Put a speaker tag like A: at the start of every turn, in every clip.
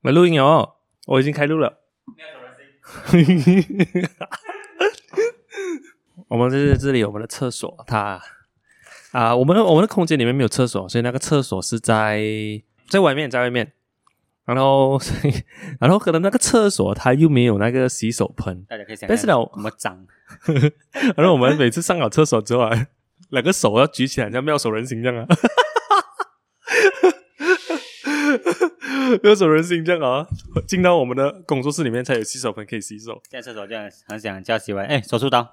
A: 没录音哦，我已经开录了。 我们这这里，我们的厕所，它啊、我们的我们的空间里面没有厕所，所以那个厕所是在在外面，在外面。然后， 所以然后可能那个厕所它又没有那个洗手盆，
B: 大家可以想，
A: 但是呢我
B: 怎么脏？
A: 然后我们每次上好厕所之后啊，两个手要举起来，像妙手仁心这样啊， 妙手仁心这样啊，进到我们的工作室里面才有洗手盆可以洗手。
B: 现在厕所就很想叫洗完，哎，手 术刀
A: 啊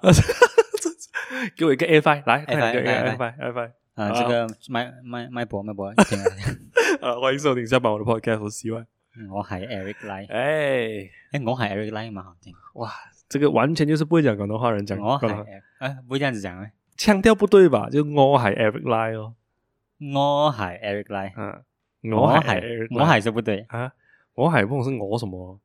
A: 给我一个 A five 来，快
B: A5
A: 点给我一个 A
B: A5
A: five A five。
B: 啊，
A: 好
B: 这个脉脉脉搏脉搏，听啊
A: 啊，欢迎收听下班我的 podcast，我是 CY。
B: 嗯我係 Eric Lie，
A: 哎，
B: 哎，我係 Eric Lie 嘛，好聽，
A: 哇，这个完全就是不会讲广东话人讲，
B: 我
A: 广东话
B: 係 Eric- 哎，不會這樣子講咩？
A: 腔调不对吧？就我系 Eric Lie 哦，
B: 我係 Eric Lie，
A: 嗯，
B: 我
A: 系
B: 係
A: Eric，
B: 我係就不對，
A: 啊，我系不懂是我什么？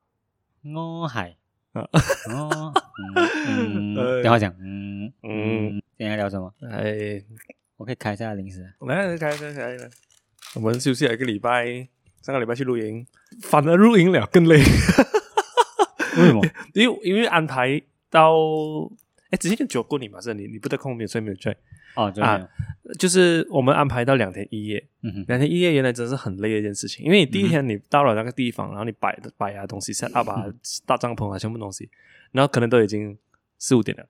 B: 我係
A: 啊
B: 我嗯，嗯
A: 哎
B: 等我講，嗯
A: 嗯
B: 嗯，等一下聊什麼？
A: 哎，
B: 我可以開一下零 食，
A: 来来来来来来，我们休息了一个礼拜，上个礼拜去露营，反而露营了更累，嗯
B: 為什麼？
A: 因为因为安排到哎，之前就教过你嘛，是你你不得空，没有睡没有睡，
B: 哦，就沒有
A: 啊就是我们安排到两天一夜。
B: 嗯哼，
A: 两天一夜原来真是很累的一件事情，因为你第一天你到了那个地方，然后你摆的摆啊东西 set up 啊搭帐篷啊全部东西，然后可能都已经四五点了，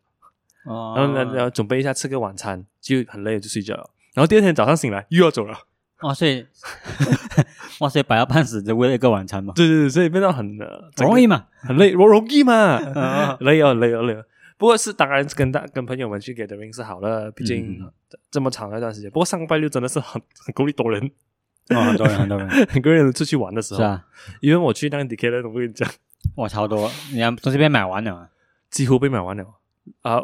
B: 哦，
A: 然后呢然后准备一下吃个晚餐，就很累了就睡觉了。然后第二天早上醒来又要走了，
B: 哇，哦所以 哇，所以摆到半死，只为了一個晚餐嘛，
A: 对对对，所以变到很呃整个
B: 容易嘛？
A: 很累，容容易嘛
B: 啊，
A: 累哦累哦累哦。不过是当然跟大跟朋友们去 gathering 是好了，毕竟
B: 嗯
A: 这么长的一段时间。不过上个拜六真的是很很够力多人，
B: 哦，
A: 嗯
B: 很多人，很多 人，
A: 很多人出去玩的时
B: 是
A: 候，
B: 啊，
A: 因为我去那个 d e c a t h l o n 我跟你讲。
B: 哇，超多，你看东西被买完了啊，
A: 几乎被买完了啊、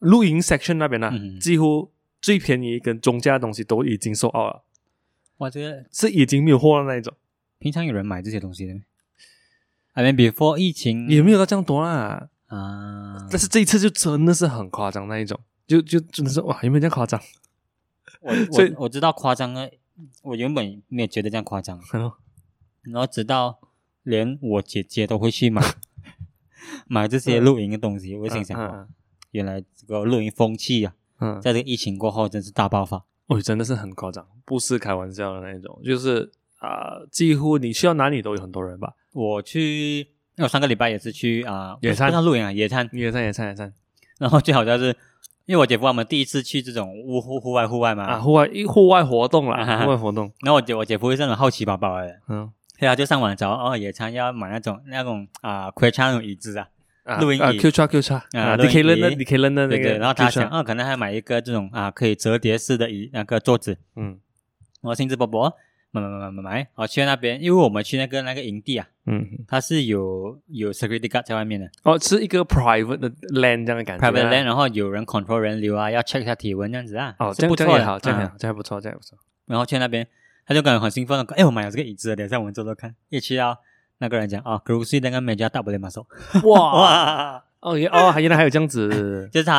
A: 露营 section 那边呢、
B: 嗯
A: 几乎最便宜跟中价的东西都已经售 out 了，
B: 哇，这个
A: 是已经没有货的那一种，
B: 平常有人买这些东西的咩？I mean before 疫情
A: 也没有到这样多啦。
B: 啊，
A: 但是这一次就真的是很夸张那一种，就就真的是哇，有没有这样夸张？
B: 我
A: 所以
B: 我我知道夸张了，我原本没有觉得这样夸张，
A: 然后
B: 然后直到连我姐姐都会去买 买这些露营的东西，我就心想，哇
A: 嗯
B: 原来这个露营风气啊，
A: 嗯，嗯
B: 在这个疫情过后真是大爆发。
A: 哦，真的是很夸张，不是开玩笑的那一种，就是啊、几乎你去到哪里都有很多人吧。
B: 我去，因为我上个礼拜也是去啊、
A: 野餐
B: 不是露营啊，野餐，
A: 你也在也在也在
B: 然后最好笑是，因为我姐夫他们第一次去这种户户户外户外嘛，
A: 啊，户外一户外活动
B: 啊哈
A: 啦，
B: 哈
A: 户外活动，
B: 然后我姐我姐夫是那种好奇宝宝的人，
A: 嗯，
B: 所以他就上网找哦野餐要买那种那种啊 c r a c h 那种椅子啊，
A: 啊
B: 露营
A: 啊
B: 椅
A: ，Q 叉 Q 叉啊
B: 啊露营
A: d k
B: 椅
A: l 的 d k l 的那
B: 对
A: 个
B: 对，然后他
A: Q 叉
B: 想哦可能还买一个这种啊可以折叠式的椅那个桌子，
A: 嗯
B: 我兴致勃勃买买买买买，我去那边，因为我们去那个那个营地啊，
A: 嗯。
B: 它是有有 security guard 在外面的
A: 哦，是一个 private 的 land 这样的感觉啊。
B: private land，然后有人 control 人流啊，要 check 一下体温这样子啊，
A: 哦，这
B: 是
A: 样
B: 不
A: 这
B: 错
A: 样也
B: 的
A: 好，这样也
B: 啊
A: 好，这样还不错，这样也不错。
B: 然后去那边，他就感觉很兴奋地说，哎，我买了这个椅子了，等一下我们坐坐看。一去到那个人讲啊 g r o c y 那个 major double 嘛说，
A: 哇，哦原哦，原来还有这样子
B: 就是他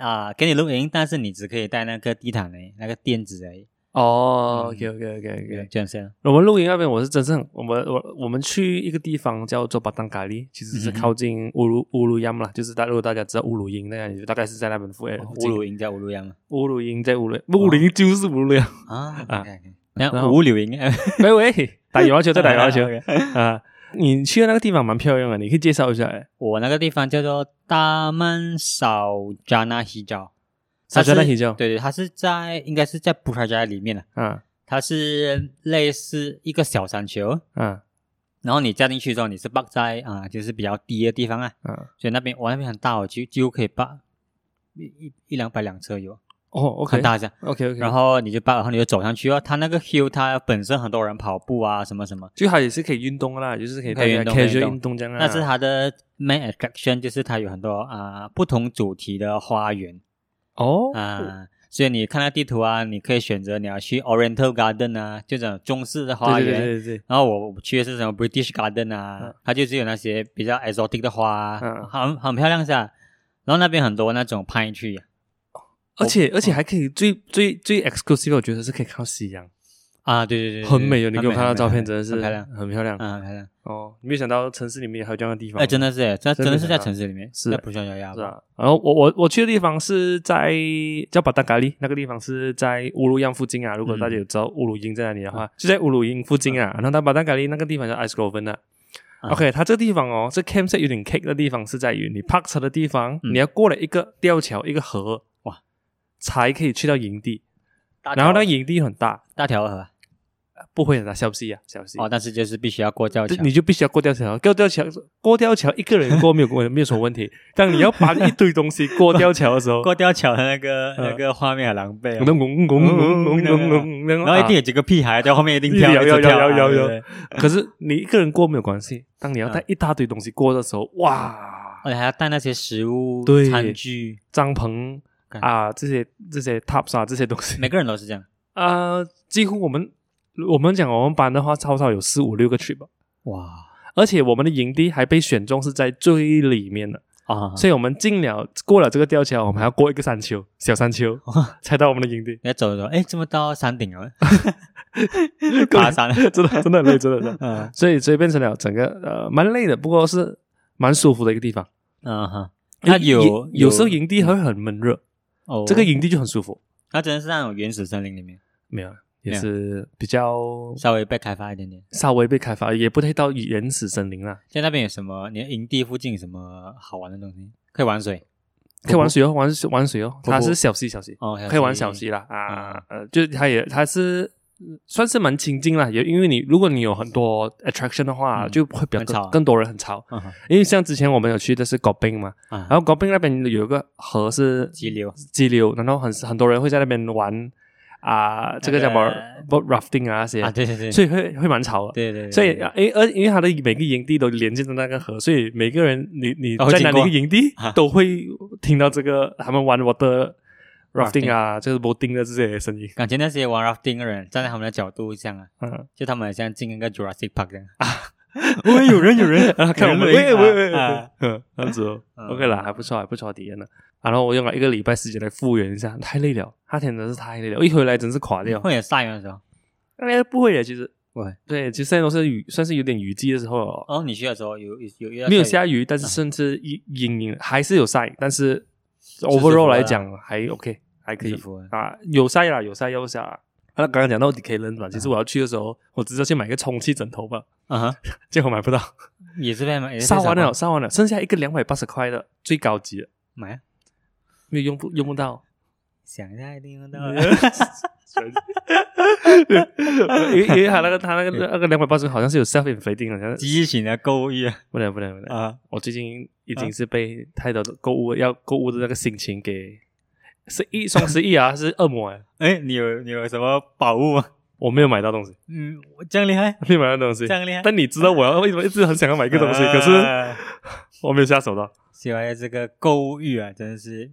B: 啊给你露营，但是你只可以带那个地毯嘞，那个垫子而已，
A: 哦。
B: 嗯
A: OK OK OK OK。
B: 这样子。
A: 我们露营那边，我是真正我们我我们去一个地方叫做巴当咖喱，其实是
B: 嗯哼
A: 靠近乌鲁乌鲁央啦，就是大如果大家知道乌鲁营那样，就大概是在那边附近。
B: 乌鲁营叫乌鲁阳嘛
A: 乌鲁营在
B: 哦
A: 乌鲁乌鲁营就是乌鲁央。
B: 啊
A: 啊
B: 啊，然
A: 然后
B: 后五柳营，
A: 喂喂，打
B: 啊
A: 羽毛球再打羽毛球
B: OK
A: 啊！你去的那个地方蛮漂亮的，你可以介绍一下诶。
B: 我那个地方叫做大曼少加那西郊，
A: 沙
B: 它
A: 加
B: 是
A: 那西郊
B: 对对，它是在应该是在布沙加里面的，
A: 啊
B: 它是类似一个小山丘，
A: 啊
B: 然后你加进去之后，你是绑在啊、就是比较低的地方啊，
A: 啊！
B: 所以那边我那边很大哦，就几乎可以绑一一一两百辆车有，
A: 哦，OK 嗯
B: 很大一下。
A: OK OK。
B: 然后你就绑，然后你就走上去哦。它那个 hill 它本身很多人跑步啊，什么什么，
A: 就它也是可以运动的啦，就是可以
B: 可以
A: 大家
B: 运动
A: casual
B: 可以运动
A: 运动这样啊。
B: 但是它的 main attraction 就是它有很多啊、不同主题的花园
A: 哦
B: 啊。所以你看到地图啊，你可以选择你要去 Oriental Garden 啊，就这种中式的花
A: 对
B: 园。啊
A: 对对对对，
B: 然后我我去的是什么 British Garden 啊，
A: 嗯
B: 它就只有那些比较 exotic 的花、啊，
A: 嗯
B: 很很漂亮噻。然后那边很多那种 pine tree 啊
A: 而且而且还可以最最最 exclusive，的我觉得是可以看到夕阳。
B: 啊，对对对对，
A: 很美哦，你
B: 很
A: 给我看到
B: 很
A: 照片
B: 很
A: 真的是
B: 很漂亮，
A: 很漂亮
B: 啊，很漂亮，
A: 哦。没有想到城市里面还有这样的地方，
B: 哎，真的是哎，这
A: 真
B: 真
A: 的
B: 的是
A: 很
B: 在
A: 大
B: 城市里面，
A: 是
B: 在不需要摇
A: 是
B: 摇，
A: 啊。然后我我我去的地方是在叫巴达咖喱，那个地方是在乌鲁央附近啊。如果大家
B: 嗯
A: 有知道乌鲁英在哪里的话，就在乌鲁英附近啊。然后到巴达咖喱那个地方叫 Ice Groven 啊。
B: 啊
A: OK，它这个地方哦，这 campsite 有点 cake 的地方是在于你 park 车的地方，
B: 嗯
A: 你要过了一个吊桥一个河，
B: 哇，
A: 才可以去到营地。
B: 大
A: 然后那
B: 条
A: 个营地很大，
B: 大条河啊
A: 不会很大，小溪啊，小溪。
B: 哦，但是就是必须要过吊
A: 对
B: 桥，
A: 你就必须要过吊桥，过吊桥，过吊桥，一个人过没有过没有什么问题。但你要搬一堆东西过吊桥的时候，
B: 过吊桥的那个
A: 嗯
B: 那个画面很狼狈
A: 然
B: 哦，然后一定有几个屁孩在后面一定跳，
A: 有
B: 一
A: 有
B: 直跳
A: 有
B: 啊
A: 有
B: 对
A: 有
B: 不对
A: 可是你一个人过没有关系，当你要带一大堆东西过的时候，哇，
B: 哦而且还要带那些食物、
A: 对
B: 餐具，
A: 帐篷啊，这些这些 tops 啊，这些东西，
B: 每个人都是这样。
A: 啊，几乎我们我们讲我们班的话，超少有四五六个 trip，吧
B: 哇
A: 而且我们的营地还被选中是在最里面的，
B: 啊！
A: 所以我们进了过了这个吊桥，我们还要过一个山丘，小山丘
B: 哇，
A: 才到我们的营 地。
B: 你要走着走，哎，怎么到山顶 了？
A: 根
B: 爬
A: 本
B: 山，
A: 真的真的很累，真的真的。
B: 嗯
A: 所以所以变成了整个呃蛮累的，不过是蛮舒服的一个地方。
B: 嗯哈，那有
A: 啊有时候营地还会很闷热，
B: 哦，
A: 这个营地就很舒服。
B: 它真的是那种原始森林里面，
A: 没有，啊也是比较
B: 稍微被开发一点点。
A: 稍微被开发，也不太到原始森林啦。
B: 在那边有什么？你的营地附近有什么好玩的东西？可以玩水
A: 可以玩水哦，玩玩水哦，
B: 瀑布
A: 它是小溪小溪，
B: 哦，
A: 可以玩小溪啦
B: 嗯
A: 啊，呃，就它也它是。嗯算是蛮清静啦，也因为你如果你有很多 attraction 的话，
B: 嗯
A: 就会比较
B: 很吵啊
A: 更更多人很吵。
B: 嗯哼
A: 因为像之前我们有去的是 g o b i n 嘛，
B: 啊，
A: 然后 g o b i n 那边有一个河是
B: 激流
A: 激流，然后很很多人会在那边玩啊、这个叫什么
B: 那
A: boat rafting 啊那些，
B: 啊，对对对，
A: 所以会会蛮吵的。
B: 对对，对
A: 所以，啊诶，而因为它的每个营地都连接着那个河，所以每个人你你
B: 都会
A: 在哪里一
B: 经过
A: 个营地
B: 啊
A: 都会听到这个他们玩 water rafting
B: Rafting
A: 啊，就是 boating 的这些声音。
B: 感觉那些玩 rafting 的人站在他们的角度像啊，
A: 嗯，
B: 就他们很像进一个 Jurassic Park 这样啊，喂，有人有 人
A: 然后看我们，
B: 有人
A: 喂喂
B: 有人
A: 喂，
B: 啊啊
A: 喂嗯这样子哦
B: 嗯
A: ，OK 啦，还不错，还不错体验呢。然后我用了一个礼拜时间来复原一下，太累了，他真的是太累了，我一回来真是垮掉。
B: 会有下雨的时候，
A: 哎，不会的，其实
B: 不会。
A: 对，其实现在都是雨，算是有点雨季的时候哦，
B: 哦，你去的时候有有有遇到
A: 没有
B: 雨啊
A: 下雨，但是甚至阴阴阴还是有晒，但是
B: 舒服
A: overall
B: 了
A: 来讲还 OK，还可以
B: 舒服了
A: 啊，有晒啦，有晒要下啦。啊那刚刚讲到 Decathlon 嘛，其实我要去的时候，我直接去买一个充气枕头吧，
B: 啊哈，
A: 结果买不到，
B: 也是被买，也是被
A: 烧完
B: 扫
A: 了，
B: 光
A: 烧完了，剩下一个两百八十块的最高级的，
B: 买啊，
A: 没有用不用不 到。
B: 想一下一定用到 的。
A: 因为因为他那个他那个那个两百八十好像是有 self inflating 的，好像是
B: 记忆型的购物欲啊
A: 不能不能不能
B: 啊，
A: 我最近已经是被太多的购物要购物的那个心情给十一双十一啊，是恶魔哎、
B: 哎，你有你有什么宝物吗？
A: 我没有买到东西，
B: 嗯，我这样厉害，
A: 没有买到东西
B: 这。样啊厉害。
A: 但你知道我要为什么一直很想要买一
B: 一
A: 个东西，可是我没有下手到。
B: 喜欢这个购物欲啊，真的是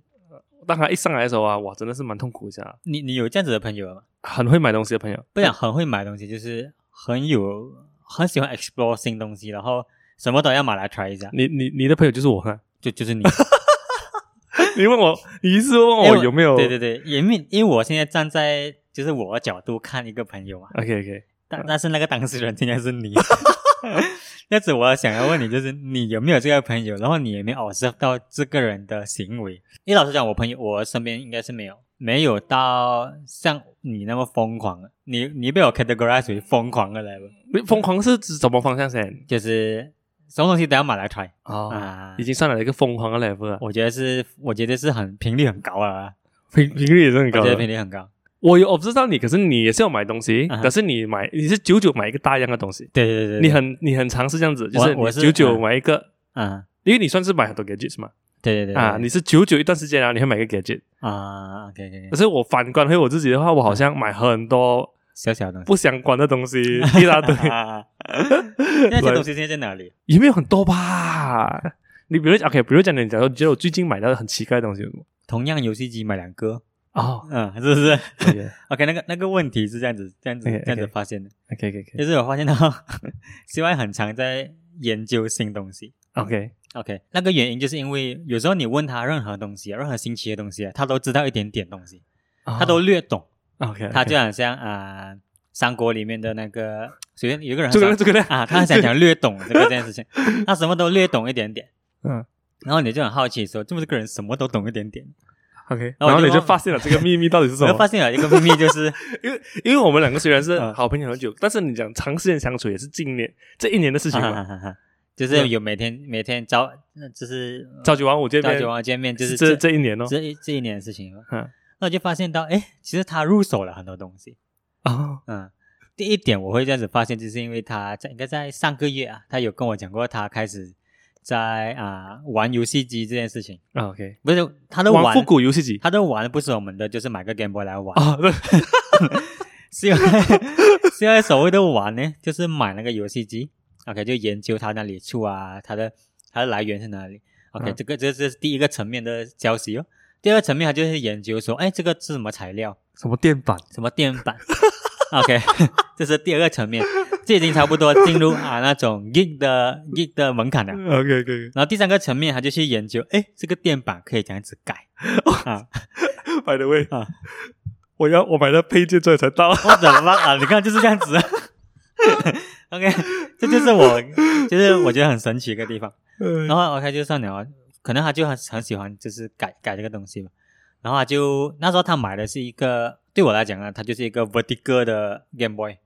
A: 当他一上来的时候啊，哇，真的是蛮痛苦一下。
B: 你你有这样子的朋友吗？
A: 很会买东西的朋友，
B: 不讲很会买东西，就是很有很喜欢 explore 新东西，然后什么都要买来 try 一下，
A: 你你你的朋友就是我哈。
B: 就就是 你。
A: 你问我，你一直问
B: 因为
A: 我有没有？
B: 对对对，因为因为我现在站在就是我的角度看一个朋友嘛，
A: ，OK OK，
B: 但但是那个当事人应该是你。 那次我想要问你，就是你有没有这个朋友，然后你有没有 observe 到这个人的行为？因为老实讲，我朋友我身边应该是没有，没有到像你那么疯狂的。你你被我 categorize 为疯狂的 level，
A: 疯狂是指什么方向先？
B: 就是什么东西都要买来 try
A: 哦，
B: 啊
A: 已。经上来了一个疯狂的 level 了，
B: 我觉得是，我觉得是很频率很高啊，
A: 频频率也是很
B: 我
A: 高
B: 觉得
A: 的。
B: 频率很高。
A: 我有我知道你，可是你也是要买东西，
B: 啊哈
A: 可是你买你是久久买一个大样的东西，
B: 对对对对，
A: 你很你很尝试这样子，就是
B: 我
A: 你
B: 是
A: 久久买一个，
B: 啊，
A: 因为你算是买很多 gadgets 嘛，
B: 对对对对
A: 啊，你是久久一段时间然后你会买一个 gadget，
B: 啊，OK OK，
A: 可是我反观回我自己的话，我好像买很多
B: 小小的东西，
A: 不相关的东 西一大堆，
B: 啊，那些东西现在在哪里？
A: 也没有很多吧。你比如 OK，比如讲你假如你觉得我最近买到的很奇怪的东西有什么？
B: 同样游戏机买两个，
A: 哦
B: 嗯， 是不是
A: ，OK
B: ？OK，那个那个问题是这样子，这样子
A: OK，OK
B: 这样子发现的，
A: OK OK
B: 就是我发现到 C Y 很常在研究新东西。
A: OK，
B: OK，那个原因就是因为有时候你问他任何东西啊，任何新奇的东西啊，他都知道一点点东西，
A: 他
B: 他都略懂。
A: 哦 OK，
B: 他就好像啊、三国里面的那个随便有一个人
A: 这
B: 很
A: 个
B: 想
A: 呢这个呢，
B: 啊，他很想想略懂这个这件 事情，他什么都略懂一点点，
A: 嗯
B: 然后你就很好奇说，这么这个人什么都懂一点点，
A: ，OK，
B: 然后
A: 然后
B: 就
A: 你就
B: 忘
A: 发现了这个秘密到底是什
B: 然
A: 么
B: 后？发现了一个秘密，就是
A: 因为因为我们两个虽然是
B: 嗯
A: 好朋友很久，但是你讲长时间相处也是近年这一年的事情嘛，
B: 就是有每天每天早，就是呃
A: 朝九晚五见
B: 朝
A: 面
B: 九，晚五见面，就是
A: 这这一年哦，
B: 这一这一年的事情嘛。
A: 嗯
B: 那我就发现到，哎，其实他入手了很多东西。
A: 啊
B: 嗯，第一点我会这样子发现，就是因为他在应该在上个月啊，他有跟我讲过，他开始在啊、玩游戏机这件事情。
A: 啊 OK，
B: 不是他的
A: 玩
B: 玩
A: 复，古游戏机
B: 他的玩不是我们的，就是买个 Game Boy 来玩，
A: 啊，对
B: 是因为 是因为所谓的玩呢，就是买那个游戏机，OK，就研究它那里处啊，它的它的来源是哪里，OK，、
A: 嗯
B: 这个这这是第一个层面的消息哦。第二个层面，它就是研究说，哎，这个是什么材料，
A: 什么电板
B: 什么电板，OK，这 是第二个层面，这已经差不多进入啊那种 geek 的 geek 的门槛了。
A: ，OK OK，
B: 然后第三个层面，他就去研究，哎，这个电板可以这样子改啊，
A: by the way
B: 啊
A: 我要我买的配件这才到，
B: 我怎么了啊？你看就是这样子。OK，这就是我，就是我觉得很神奇一个地方。然后 OK 就算了，可能他就很很喜欢，就是改改这个东西吧。然后他就那时候他买的是一个，对我来讲啊，它就是一个 Vertigo 的 Game Boy。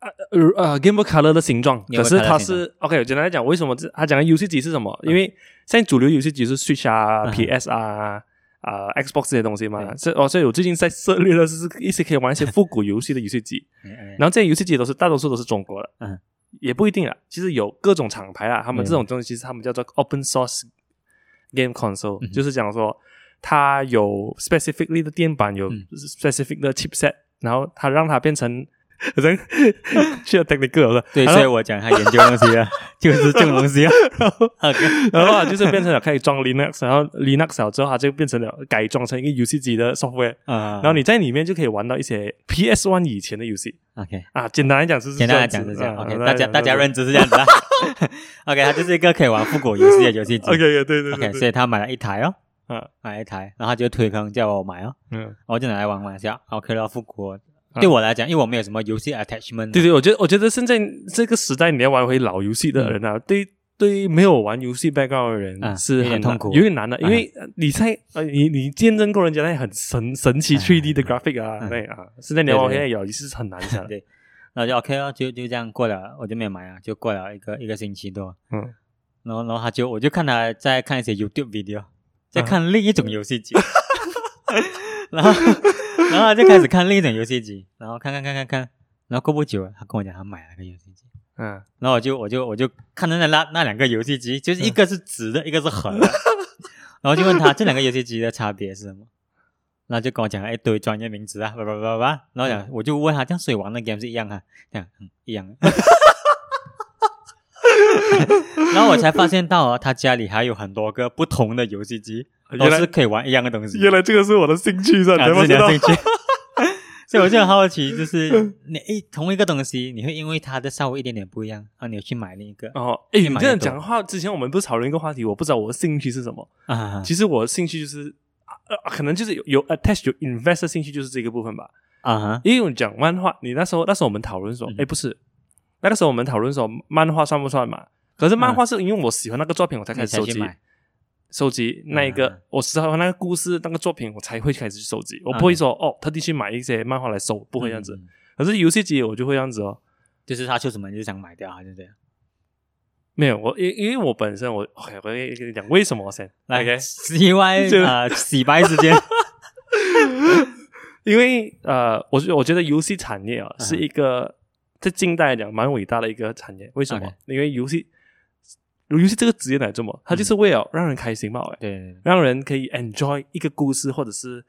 A: 呃呃，Game Boy Color 的形状，
B: Game
A: 可
B: Boy
A: 是它
B: Color 形
A: 是 OK。简单来讲，为什么这他讲的游戏机是什么？因为现在主流游戏机是 Switch 啊、
B: 嗯
A: PS 啊、啊、Xbox 这些东西嘛。
B: 对
A: 所以哦，所以我最近在涉猎的是一些可以玩一些复古游戏的游戏机。
B: 嗯
A: 然后这些游戏机都是大多数都是中国的，
B: 嗯，
A: 也不一定啊。其实有各种厂牌啦，他们
B: 嗯
A: 这种东西是他们叫做 Open Source Game Console，、
B: 嗯哼
A: 就是讲说它有 specifically 的电板，有
B: 嗯
A: specific 的 chipset，然后它让它变成。 好像去了 technical 了，
B: 对，
A: 然
B: 所以
A: 后
B: 我讲他研究东西啊，就是这种 东西啊。OK，
A: 然后啊就是变成了可以装 Linux，然后 Linux 了之后，它就变成了改装成一个游戏机的 software，
B: 啊，
A: 然后你在里面就可以玩到一些 PS One 以前的游戏
B: OK，
A: 啊。简单来讲是
B: 简单来讲是
A: 是
B: 这样。OK，
A: 啊简单来
B: 大家
A: 讲
B: 大家
A: 是
B: 认知是这样子啊。OK，它就是一个可以玩复古游戏的游戏机。
A: OK，对对对
B: OK，
A: 对
B: 所
A: 对，
B: 以他买了一台哦，
A: 嗯
B: 买了一台，然后他就推坑叫我买哦，
A: 嗯，
B: 我就拿来玩玩一下。OK 了，复古哦
A: 啊
B: 对我来讲，因为我没有什么游戏 attachment，啊
A: 对对，我觉得我觉得现在这个时代，你要玩回老游戏的人啊，对对，没有玩游戏 background 的
B: 啊
A: 人是
B: 有点
A: 很难
B: 痛苦
A: 有点难啊的，因为你在呃，你你见证过人家那很神神奇 3D 的 graphic 啊
B: 嗯，
A: 那啊，现在你要玩
B: 对
A: 现
B: 对
A: 在游戏是很难的，
B: 对，然后就 OK 哦，就就这样过了，我就没有买啊，就过了一个一个星期多，
A: 嗯，
B: 然后然后他就我就看他在看一些 YouTube video，在
A: 啊
B: 看另一种游 戏机，然后然后他就开始看另一种游戏机，然后看看看看看，然后过不久他跟我讲他买了个游戏机，
A: 嗯，
B: 然后我就我就我就看到那那那两个游戏机，就是一个是直的，一个是 横的，然后就问他这两个游戏机的差别是什么。然后就跟我讲了一堆专业名词啊，叭叭叭叭，然后
A: 嗯
B: 讲我就问他，这样所以玩的 game 是一样啊？这样嗯一样。 然后我才发现到哦，他家里还有很多个不同的游戏机，都
A: 原来
B: 是可以玩一样的东西。
A: 原来这个是我的兴趣， 啊是吧？
B: 感
A: 你
B: 知
A: 们
B: 你
A: 知
B: 的
A: 道
B: 兴趣。所以我就很好奇，就是你一同一个东西，你会因为它的稍微一点点不一样，然后你去买另一个
A: 哦，哎，你
B: 买
A: 这样
B: 越多
A: 讲的话，之前我们不是讨论一个话题，我不知道我的兴趣是什么。
B: 啊
A: 其实我的兴趣就是，呃，可能就是有有 attach 有 invest 的兴趣就是这个部分吧。
B: 啊哈
A: 因为我讲漫画，你那时候那时候我们讨论说
B: 嗯，
A: 哎、不是，那个时候我们讨论说漫画算不算嘛？可是漫画是因为我喜欢那个作品，我才开
B: 啊你
A: 始
B: 才
A: 收
B: 去
A: 集
B: 买
A: 收集那一个，
B: 嗯
A: 我喜欢那个故事那个作品，我才会开始去收集。我不会说、哦，特地去买一些漫画来收，不会这样子。
B: 啊嗯
A: 可是游戏机我就会这样子哦。
B: 就是他出什么你就想买掉啊，就这样。
A: 没有，我因因为我本身我 OK，我跟跟你讲为什么先
B: 来
A: OK，
B: 意外
A: 就
B: 啊，洗白 时间
A: 因为呃，我是我觉得游戏产业啊
B: 嗯
A: 是一个在近代来讲蛮伟大的一个产业。为什么
B: OK
A: 因为游戏游戏这个职业来这么，它
B: 嗯
A: 就是为了让人开心嘛，哎
B: 对对，对
A: 让人可以 enjoy 一个故事，或者是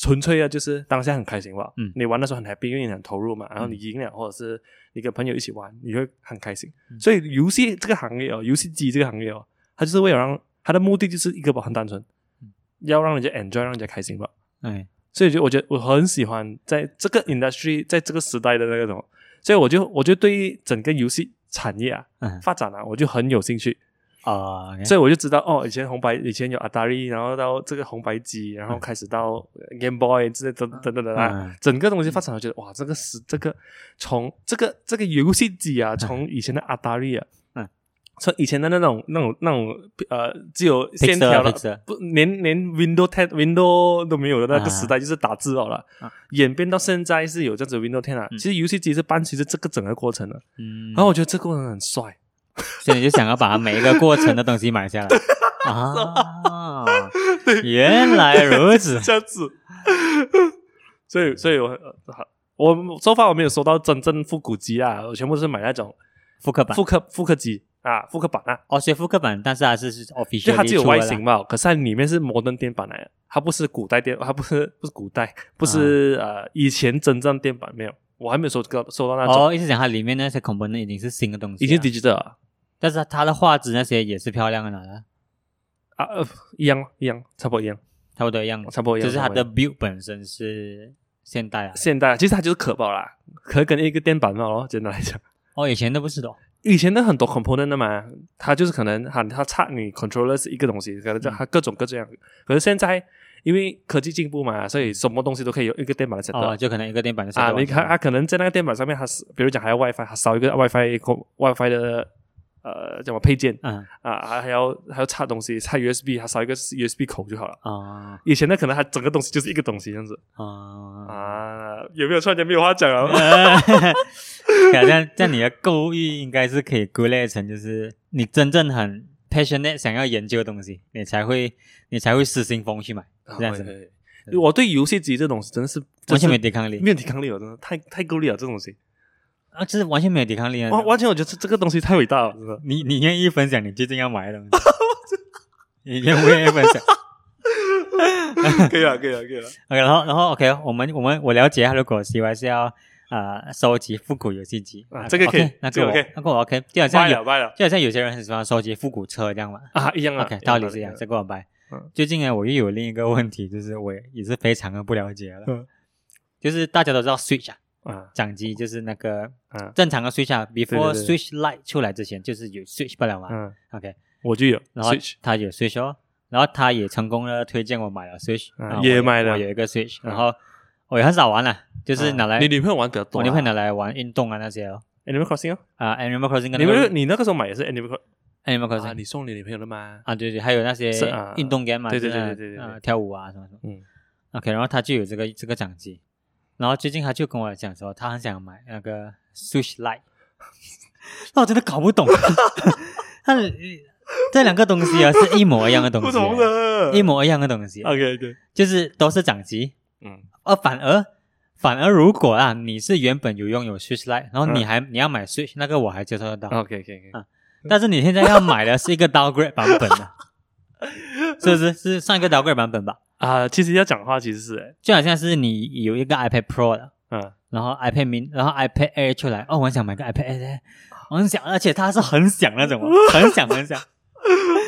A: 纯粹的就是当下很开心吧。
B: 嗯
A: 你玩的时候很 happy，因为你很投入嘛，然后你赢了，或者是你跟朋友一起玩，你会很开心。
B: 嗯
A: 所以游戏这个行业哦，游戏机这个行业哦，它就是为了让它的目的就是一个吧，很单纯
B: 嗯，
A: 要让人家 enjoy，让人家开心吧。
B: 哎
A: 所以就我觉得我很喜欢在这个 industry，在这个时代的那个什么，所以我就我就对于整个游戏产业啊
B: 嗯
A: 发展啊，我就很有兴趣。
B: 啊、
A: 所以我就知道哦，以前红白以前有阿达利，然后到这个红白机，然后开始到 Game Boy 之类等等等等啊
B: 嗯，
A: 整个东西发展，我觉得哇，这个是这个从这个这个游戏机啊，从以前的阿达利啊，
B: 嗯，
A: 从以前的那种那种那种呃只有线条的
B: Pixel，Pixel，
A: 不连连 Window Ten Window 都没有的那个
B: 啊
A: 时代，就是打字哦好了
B: 啊，
A: 演变到现在是有这样子 Window Ten 啊，其实游戏机是伴随着这个整个过程的，
B: 嗯，
A: 然后我觉得这个过程很帅。
B: 所以你就想要把每一个过程的东西买 下来啊？原来 如此
A: 这样子。所以，所以我呃我收发我没有收到真正复古机啊，我全部都是买那种
B: 复刻版
A: 复刻复刻机啊，复刻版啊，
B: 哦，所以复刻版，但是还是是 official，
A: 就它只有外形嘛，可是它里面是摩登电板来的，它不是古代电，它不是不是古
B: 啊
A: 代，不是、呃以前真正电板没有，我还没有收到收到那种，
B: 哦，意思讲它里面那些 component 已经是新的东西，啊
A: 已经，digital 了
B: 但是它的画质那些也是漂亮的啦，
A: 啊，呃一样一样，差不多一样，
B: 差不多一样，
A: 哦差不多一样，
B: 只是它
A: 差不多一
B: 的
A: 样
B: build 本身是现代啊。
A: 现代，其实它就是壳包啦，壳跟一个电板嘛咯，简单来讲。
B: 哦，以前都不是的哦，
A: 以前的很多 component 的嘛，它就是可能喊它差你 controller 是一个东西，可
B: 嗯
A: 能就它各种各样。可是现在因为科技进步嘛，所以什么东西都可以用一个电板来 set
B: 哦，
A: up、
B: 就可能一个电板就
A: 啊。你看，
B: 看
A: 它可能在那个电板上面，它是比如讲还要 WiFi，它少一个 WiFi co- WiFi 的呃叫什么配件
B: 嗯
A: 啊，还还要还要插东西，插 USB，它少一个 USB 口就好了。
B: 啊
A: 以前的可能它整个东西就是一个东西这样子
B: 啊，
A: 啊，有没有突然间没有话讲啊了？
B: 感觉这样你的购物欲应该是可以归类成，就是你真正很 passionate 想要研究的东西，你才会你才会失心疯去买，
A: 啊
B: 这样子
A: 子， 我对游戏机这东西真的是
B: 完全没
A: 真是
B: 抵抗力
A: 没有抵抗力了，真的太太够力了这东西。
B: 啊，就是完全没有抵抗力啊！
A: 完完全，我觉得这这个东西太伟大了，真 的。
B: 你你愿意分享你最近要买的东西，你愿不愿意分 享
A: 可以了，可以了，可以 了。
B: ？OK，然后然后 OK，我们我们我了解他，如果 CY 是要呃收集复古游戏机
A: 啊这个可以
B: OK，那
A: 这
B: 个
A: 个
B: 我
A: OK
B: 那个我 OK，就好像
A: 拜
B: 有
A: 了，拜了
B: 就好像有些人很喜欢收集复古车这样嘛。
A: 啊，一样啊
B: OK，道理是一样，这个我白
A: 嗯。
B: 最近呢，我又有另一个问题，就是我也是非常的不了解了，
A: 嗯
B: 就是大家都知道 Switch 啊，
A: 啊
B: 掌机就是那个
A: 啊
B: 正常的 Switch 啊
A: 对对
B: ，before
A: 对
B: Switch Lite 出来之前，就是有 Switch 不了嘛。
A: 嗯，
B: OK，
A: 我就有
B: 然后
A: Switch
B: 他有 Switch 哦，然后他也成功的推荐我买了 Switch，
A: 啊
B: 然后
A: 也
B: 我有
A: 买了
B: 我有一个 Switch，
A: 嗯
B: 然后我也很少玩了，就是拿来
A: 啊你女朋友玩比较多
B: 我
A: 啊，
B: 就会拿来玩运动啊那些哦。
A: Animal Crossing 哦。
B: 啊，Animal Crossing 跟
A: 你
B: 那个
A: 们你那个时候买也是 Animal Crossing
B: ，Animal
A: 啊，
B: Crossing
A: 你送你女朋友的吗？
B: 啊，对对，还有那些
A: 是啊
B: 运动 game 嘛，
A: 对对
B: 就是
A: 对对对对
B: 啊，跳舞啊什么什么。
A: 嗯
B: OK，然后他就有这个这个掌机，然后最近他就跟我讲说，他很想买那个 Switch Lite，那我真的搞不懂， 他这两个东西啊是一模一样的东西，
A: 不同的
B: 一模一样的东西，啊
A: OK OK，
B: 就是都是掌机，
A: 嗯
B: 而反而反而如果啊你是原本有拥有 Switch Lite，然后
A: 嗯
B: 你还、你要买 Switch 那个我还接受得到，
A: ，OK OK
B: 啊但是你现在要买的是一个 downgrade 版 本的，是不是？是上一个 downgrade 版本吧？
A: 啊，其实要讲话其实是
B: 就好像是你有一个 iPad Pro 的。
A: 哎嗯
B: 然后 iPad mini，然后 iPad Air 出来，哦，我很想买个 iPad Air，我很想，而且它是很想那 种哦，很想很想，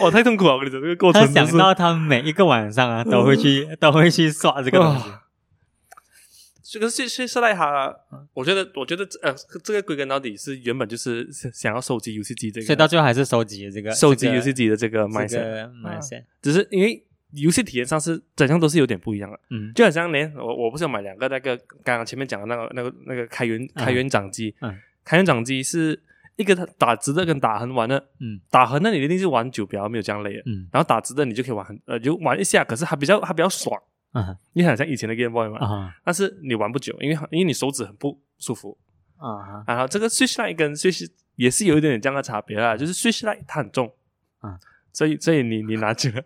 A: 哇，太痛苦了，我跟你讲这个过
B: 他
A: 程真
B: 想
A: 是
B: 到他每一个晚上啊，都会去都会去刷这个东西。
A: 哇这个是是是赖哈，
B: 嗯
A: 我觉得我觉得这呃这个归根到底是原本就是 想要收集游戏机这
B: 所
A: 个
B: 以到最后还是收集这个
A: 收集
B: 这个
A: 游戏机的这个
B: 这
A: mindset。嗯
B: 个 mindset，
A: 只是因为游戏体验上是怎样都是有点不一样的，
B: 嗯
A: 就好像连我我不是有买两个那个刚刚前面讲的那个那个那个开源
B: 嗯
A: 开源掌机，
B: 嗯
A: 开源掌机是一个打直的跟打横玩的，
B: 嗯
A: 打横的你一定是玩久比较没有这样累的，
B: 嗯
A: 然后打直的你就可以玩很呃就玩一下，可是它比较它比较爽，
B: 啊
A: 你很像以前的 Game Boy 嘛，
B: 啊
A: 但是你玩不久，因为因为你手指很不舒服，
B: 啊
A: 然后这个 Switch Lite 跟 Switch 也是有一点点这样的差别啦，就是 Switch Lite 它很重，
B: 嗯，
A: 所以所以你你拿起来，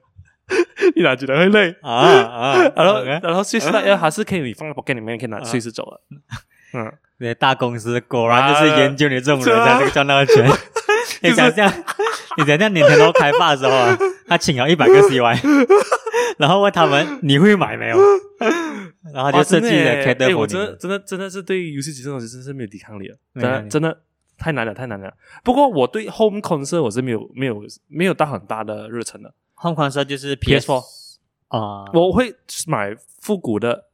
A: 你拿起来会累，
B: 啊啊！
A: 然后
B: OK
A: 然后 Switch Lite 还是可以你放在 pocket 里面，可以拿
B: 啊
A: 随时走了。嗯，
B: 这些大公司果然就是研究你这种人
A: 啊
B: 才能赚到 钱。你想象，你想象年头开发的时候啊，他请了一百个 CY，然后问他们你会买没有，然后他就设计了 c a
A: 哎
B: t e
A: 哎，
B: r
A: 我真的真的真的是对游戏机这种东西真的是没有抵抗力了，
B: 没
A: 真
B: 抵抗
A: 的
B: 力
A: 真的太难了太难了。不过我对 Home Console 我是没有没有没有到很大的热忱的，
B: Home Console 就是
A: PS4
B: 啊，
A: 我会买复古的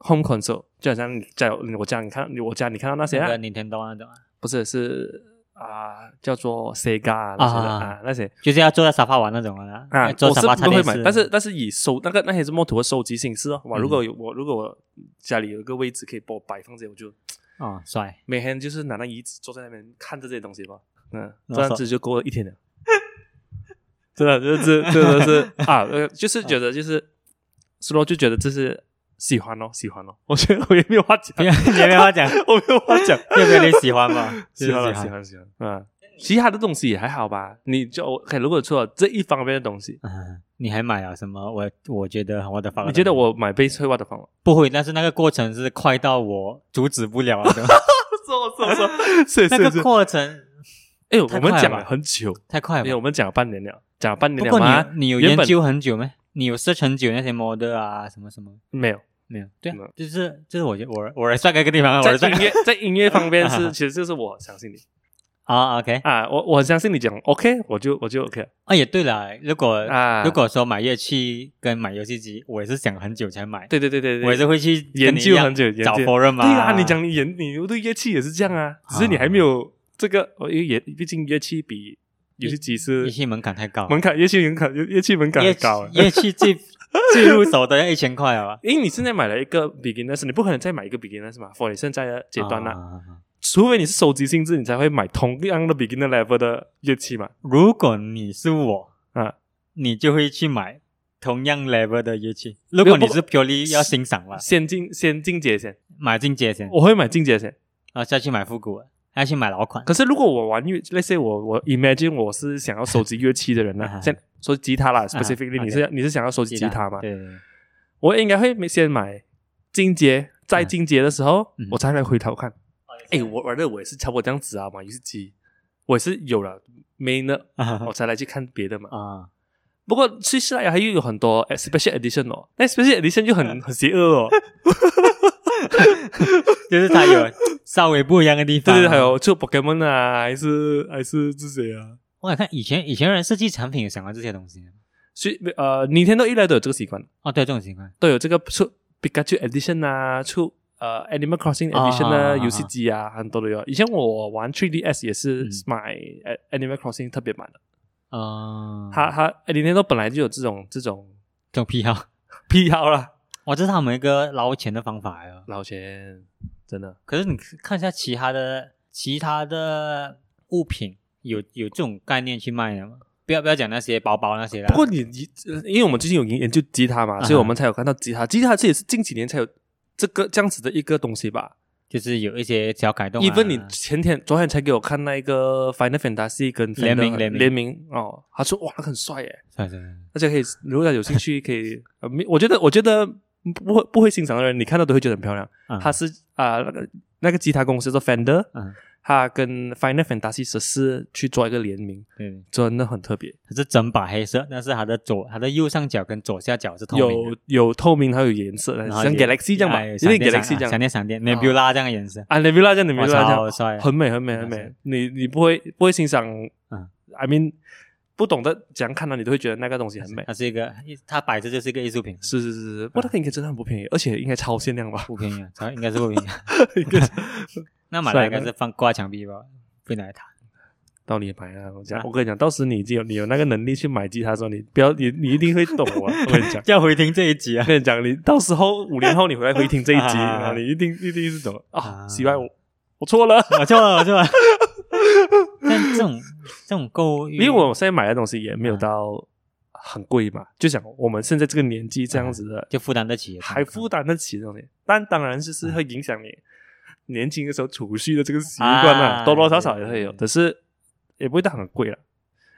A: Home Console，就好像你在我家你看我家你看到那些
B: 那
A: 啊
B: 个 Nintendo 那种啊
A: 不是是啊，叫做 Sega 啊那些的
B: 啊哎
A: 啊那些
B: 就是要坐在沙发玩那种的啦，
A: 啊，
B: 坐
A: 我
B: 沙
A: 是
B: 发插
A: 不会
B: 电
A: 买
B: 视，，
A: 但是但是以收那个那些是 m o t 的收集形式哦。哇，
B: 嗯
A: 如果有我如果我家里有一个位置可以帮我摆放这些，我就
B: 哦帅，
A: 每天就是拿那椅子坐在那边看着这些东西吧。嗯，
B: 然后
A: 这样
B: 说
A: 子就够了一天了。 真的，这这真的是啊，呃，就是觉得就是，是咯，就觉得这是喜欢咯，喜欢咯。 我觉得我也没有话讲
B: 不，要你也没话讲，
A: 我没有话讲。
B: 要不要你喜欢吧？
A: 喜欢
B: 就
A: 了
B: 是
A: 喜。欢喜欢，嗯，其他的东西也还好吧。你就 OK，如果说这一方面的东西，
B: 嗯，你还买了什么？我我觉得我的发，
A: 你觉得我买杯翠花的方吗？
B: 不会？但是那个过程是快到我阻止 不了的，
A: 说说说， 是
B: 那
A: 是
B: 个
A: 是。
B: 过程
A: 哎呦，
B: 太
A: 我
B: 快
A: 们
B: 了
A: 讲
B: 吧
A: 了很久，
B: 太快
A: 哎
B: 了
A: 呦，
B: 吧。
A: 我们讲了半年了，讲了半年
B: 不
A: 了
B: 过你
A: 嘛
B: 有你有
A: 原
B: 研
A: 本
B: 究很久没？你有 search 很久那些 model 啊，什么什么？
A: 没有？
B: 没有，对啊
A: 嗯，
B: 就是就是我觉得我我来算个一个地方，啊我啊
A: 在
B: 来算
A: 音
B: 个
A: 乐在音乐方面是，其实就是我相信你
B: 啊，OK，
A: 啊，我我相信你讲 OK，我就我就 OK
B: 啊也对了，如果
A: 啊。
B: 呃如果说买乐器跟买游戏机，我也是想很久才买，
A: 对对对对
B: 我也
A: 对
B: 是，会去跟你一样
A: 研究很久研究
B: 找 forum 嘛。
A: 对啊，你讲你演你对乐器也是这样啊，只是你还没有这个，哦因为也毕竟乐器比游戏机是
B: 乐器门槛太高，
A: 门槛，乐器门槛，乐乐器门 槛
B: 乐
A: 很
B: 器
A: 高。啊
B: 乐器 最最入手都要一千块啊吧？
A: 因为你现在买了一个 beginners，你不可能再买一个 beginners 嘛，for 你现在的阶段啦、
B: 啊
A: 除非你是收集性质，你才会买同样的 beginner level 的乐器嘛。
B: 如果你是我，
A: 啊，
B: 你就会去买同样 level 的乐器。如果你是 purely 要欣赏嘛，
A: 先进先进阶先，
B: 买进阶先，
A: 我会买进阶先。
B: 然后再去买复古的，还要去买老款。
A: 可是如果我玩乐，那些我我 imagine 我是想要收集乐器的人呢、
B: 啊
A: 像说吉他啦，specifically、
B: OK
A: 你是你是想要收集吉他吗？
B: 对，对对
A: 我应该会先买进阶，在进阶的时候、
B: 啊嗯
A: 我才来回头看。哎、我玩的我也是差不多这样子啊嘛，游戏机我也是有了 main 的，
B: 啊
A: 我才来去看别的嘛。
B: 啊，
A: 不过去世来还又有很多呃 special edition 哦，那 special edition 就
B: 啊
A: 很很邪恶 哦。
B: 就是它 有稍微不一样的地
A: 对
B: 方。啊
A: 对，对还有就 Pokemon 啊，还是还是这些啊。
B: 我想看以前以前人设计产品有想到这些东西。
A: 所以呃，你天都一来都有这个习惯，
B: 哦，对，这种情况
A: 都有这个出 Pikachu edition 啊，出呃 Animal Crossing edition
B: 啊啊啊
A: 啊，
B: 啊
A: 游戏机啊，很多都有。以前我玩 3DS 也是
B: 嗯
A: 买呃 Animal Crossing 特别版的，
B: 啊，
A: 它它 Nintendo 本来就有这种这种
B: 这种癖好，
A: 癖好啦，
B: 哇，这是他们一个捞钱的方法啊呀。
A: 老钱真的。
B: 可是你看一下其他的其他的物品，有有这种概念去卖的吗？不要不要讲那些包包那些啦。
A: 不过你你，呃因为我们最近有研研究吉他嘛，
B: 啊哈
A: 所以我们才有看到吉他。吉他这也是近几年才有这个这样子的一个东西吧。
B: 就是有一些小改动、啊。
A: even 你前天、昨天才给我看那一个 Final Fantasy 跟 Fender
B: 联名联名
A: 联名哦，他说哇，那个很帅耶，
B: 算是算
A: 大家可以如果有兴趣 可以，呃，没我觉得我觉得不会不会欣赏的人，你看到都会觉得很漂亮。
B: 啊，
A: 它是啊、那个那个吉他公司叫做 Fender，
B: 嗯，
A: 它跟 Final Fantasy 十四去做一个联名，
B: 嗯对，
A: 真的很特别。
B: 它是整把黑色，但是它的左它的右上角跟左下角是透明
A: 有
B: 的，
A: 有透明，还有颜色的，
B: 然后
A: 像
B: 也
A: Galaxy 这样吧，
B: 哎
A: 有
B: 闪
A: 点
B: 电闪
A: Galaxy 这
B: 啊闪
A: 样
B: 电闪电 nebula 这样的颜色，
A: 啊，Nebula 这样，Nebula
B: 哇
A: 这
B: 超
A: 样，
B: 帅，啊
A: 很美很美
B: 哇
A: 很美
B: 塞。
A: 你你不会不会欣赏，
B: 嗯
A: 嗯，I mean 不懂得怎样看到，你都会觉得那个东西很美。
B: 它是一个它摆着就是一个艺术品，
A: 是是是是，
B: 嗯
A: 不过那个应该真的很不便宜，而且应该超限量 吧？
B: 不便宜啊，超应该是不便宜啊。
A: 应该 是
B: 那买来应
A: 帅
B: 该是放挂墙壁吧，不拿来弹。，
A: 到你买啊！我讲，我跟你讲，到时你已经有你有那个能力去买吉他的时候，你不要你你一定会懂我。我跟你讲
B: 要回听这一集啊
A: 我！跟你讲，你到时候五年后你回来回听这一集，
B: 啊
A: 啊你一定一定是懂啊
B: 啊！
A: 奇怪，我我错了。
B: 我错了，我错了。但这种这种购物欲，
A: 因为我现在买的东西也
B: 啊
A: 没有到很贵嘛，就想我们现在这个年纪这样子的，
B: 啊就负担得起，啊
A: 还负担得起这种东西，但当然就是会影响你年轻的时候储蓄的这个习惯啦，
B: 啊
A: 多多少少也会有，
B: 对对对
A: 可是也不会到很贵了。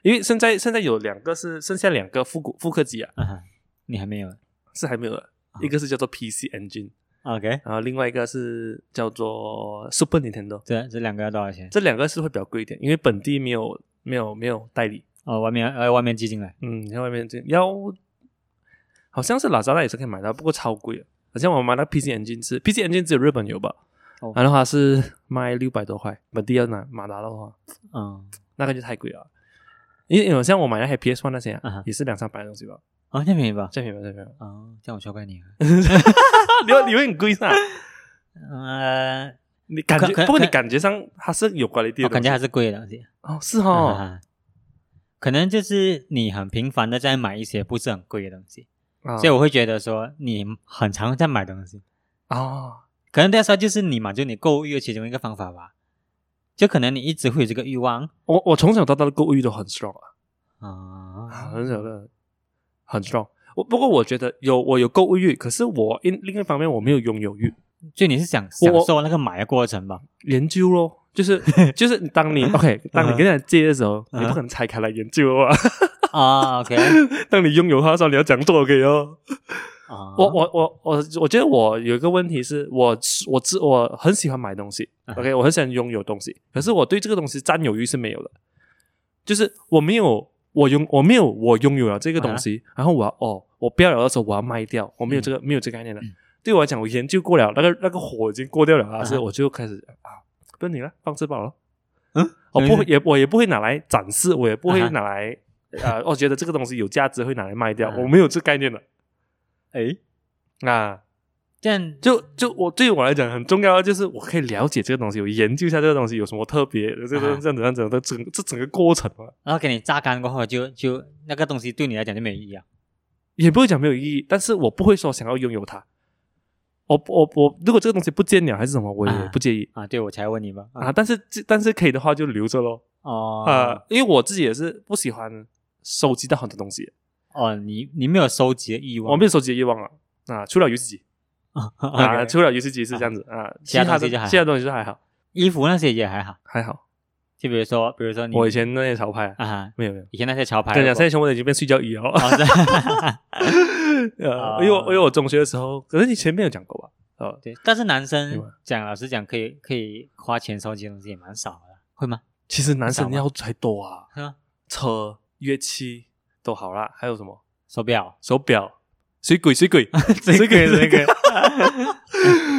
A: 因为现在现在有两个是剩下两个复古复刻机啊，
B: 啊，你还没有
A: 是还没有的，
B: 啊
A: 一个是叫做 PC Engine，
B: ？OK，
A: 然后另外一个是叫做 Super Nintendo，
B: 这这两个要多少钱？
A: 这两个是会比较贵一点，因为本地没有没有没有代理。
B: 哦，外面呃，外面寄进来，
A: 嗯，在外面这要，好像是拉扎达也是可以买到，不过超贵了。好像我买那 PC Engine 是 PC Engine 只有日本有吧？
B: 哦
A: 然后它是卖六百多块，本地要拿马达的话，
B: 嗯，
A: 那个就太贵了。因为因为像我买那些 PS One 那些、
B: 啊
A: 啊
B: 哈
A: 也是两三百的东西吧，
B: 哦，这样便宜吧？
A: 这样便宜吧这样便宜吧。
B: 啊
A: 啊
B: 哦，这样我错怪你了。
A: 你会你会很贵噻？
B: 呃，
A: 你感觉
B: 可可
A: 不过你
B: 可
A: 感觉上它是有关联
B: 我感觉还是贵的东西。
A: 哦是 哦，
B: 啊可能就是你很频繁的在买一些不是很贵的东西，
A: 啊
B: 所以我会觉得说你很常在买东西。
A: 哦
B: 可能那时候就是你满足你购物欲的其中一个方法吧，就可能你一直会有这个欲望
A: 我我从小到大的购物欲都很 strong 啊啊，
B: 啊，
A: 很小的很 strong。我不过我觉得有我有购物欲，可是我另另一方面我没有拥有欲，
B: 就你是想
A: 我
B: 享受那个买的过 程吧？
A: 研究咯，就是就是当你 OK，当你跟人家借的时候，
B: 嗯
A: 你不可能拆开来研究啊。
B: 啊，OK，
A: 当你拥有它的时候，你要讲做给哦。
B: 啊，
A: 我我我我我觉得我有一个问题是我我知我很喜欢买东西
B: 嗯
A: ，OK，我很喜欢拥有东西，可是我对这个东西占有欲是没有的，就是我没有我拥我没有我拥有了这个
B: 嗯
A: 东西，然后我要哦我不要了的时候我要卖掉，我没有这个、没有这个概念的。对我来讲，我研究过了，那个那个火已经过掉了啊，
B: 嗯
A: 所以我就开始啊，不是你了，放吃饱了。
B: 嗯，
A: 我不
B: 什么
A: 会
B: 意思
A: 也我也不会拿来展示，我也不会
B: 啊哈
A: 拿来、呃，我觉得这个东西有价值会拿来卖掉，
B: 啊哎
A: 我没有这概念的
B: 诶，
A: 啊。
B: 这样
A: 就就我对我来讲很重要的就是我可以了解这个东西，我研究一下这个东西有什么特别，这
B: 啊
A: 个这样子这样子的整这整个过程啊嘛，
B: 然后给你榨干过后就，就那个东西对你来讲就没有意义啊。
A: 也不会讲没有意义，但是我不会说想要拥有它。我我我，如果这个东西不见了还是什么，我也
B: 啊
A: 不介意
B: 啊，对，我才问你嘛。
A: 啊。但是但是可以的话就留着咯。
B: 哦、
A: 啊，因为我自己也是不喜欢收集到很多东西，
B: 哦，你你没有收集的欲望，
A: 我没有收集的欲望啊啊，除了游戏机。 啊，
B: 啊，
A: 除了游戏机是这样子啊，
B: 其
A: 的
B: 他东西就还好
A: 其他东西就还好，
B: 衣服那些也还好，
A: 还好。
B: 就比如说，比如说你
A: 我以前那些潮牌啊，
B: 啊，
A: 没有嗯没有，啊
B: 以前那些潮牌，
A: 跟你讲，现在全部都已经变睡觉椅了。
B: 哦是
A: 呃，因为我因为我中学的时候，可是你前面有讲过吧？呃，
B: 对，但是男
A: 对
B: 生
A: 吧
B: 讲，老实讲，可以可以花钱收集的东西也蛮少的，会吗？
A: 其实男生要才多啊，
B: 是吗？
A: 车、乐器都好啦，还有什么，
B: 手表
A: 手表、水鬼、水 鬼，
B: 这
A: 个这 个。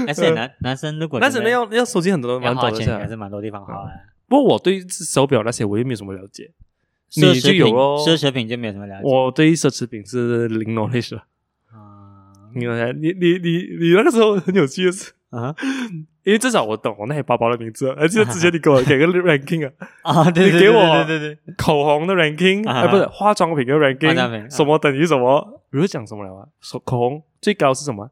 B: 而且哎男男生如果
A: 男生的要要收集很多东西，
B: 要
A: 蛮
B: 花
A: 多的嗯
B: 钱，
A: 是
B: 也
A: 吧
B: 是。蛮多地方啊花的。
A: 不过我对手表那些我也没有什么了解，
B: 奢
A: 你
B: 侈
A: 就有
B: 品
A: 咯
B: 奢侈品就没有什么了解。
A: 我对奢侈品是零 knowledge 的。
B: 啊
A: 你你你你你那个时候很有趣的是。
B: 啊
A: 因为至少我懂我那些包包的名字了，而且之前你给我给个 ranking 啊，
B: 啊！对
A: 你
B: 对
A: 给
B: 对
A: 我
B: 对对对对，
A: 口红的 ranking，
B: 啊
A: 哎，不是化妆品的
B: 化妆品
A: ranking，
B: 啊
A: 什么等于什么？比如讲什么来着？手口红最高是什么？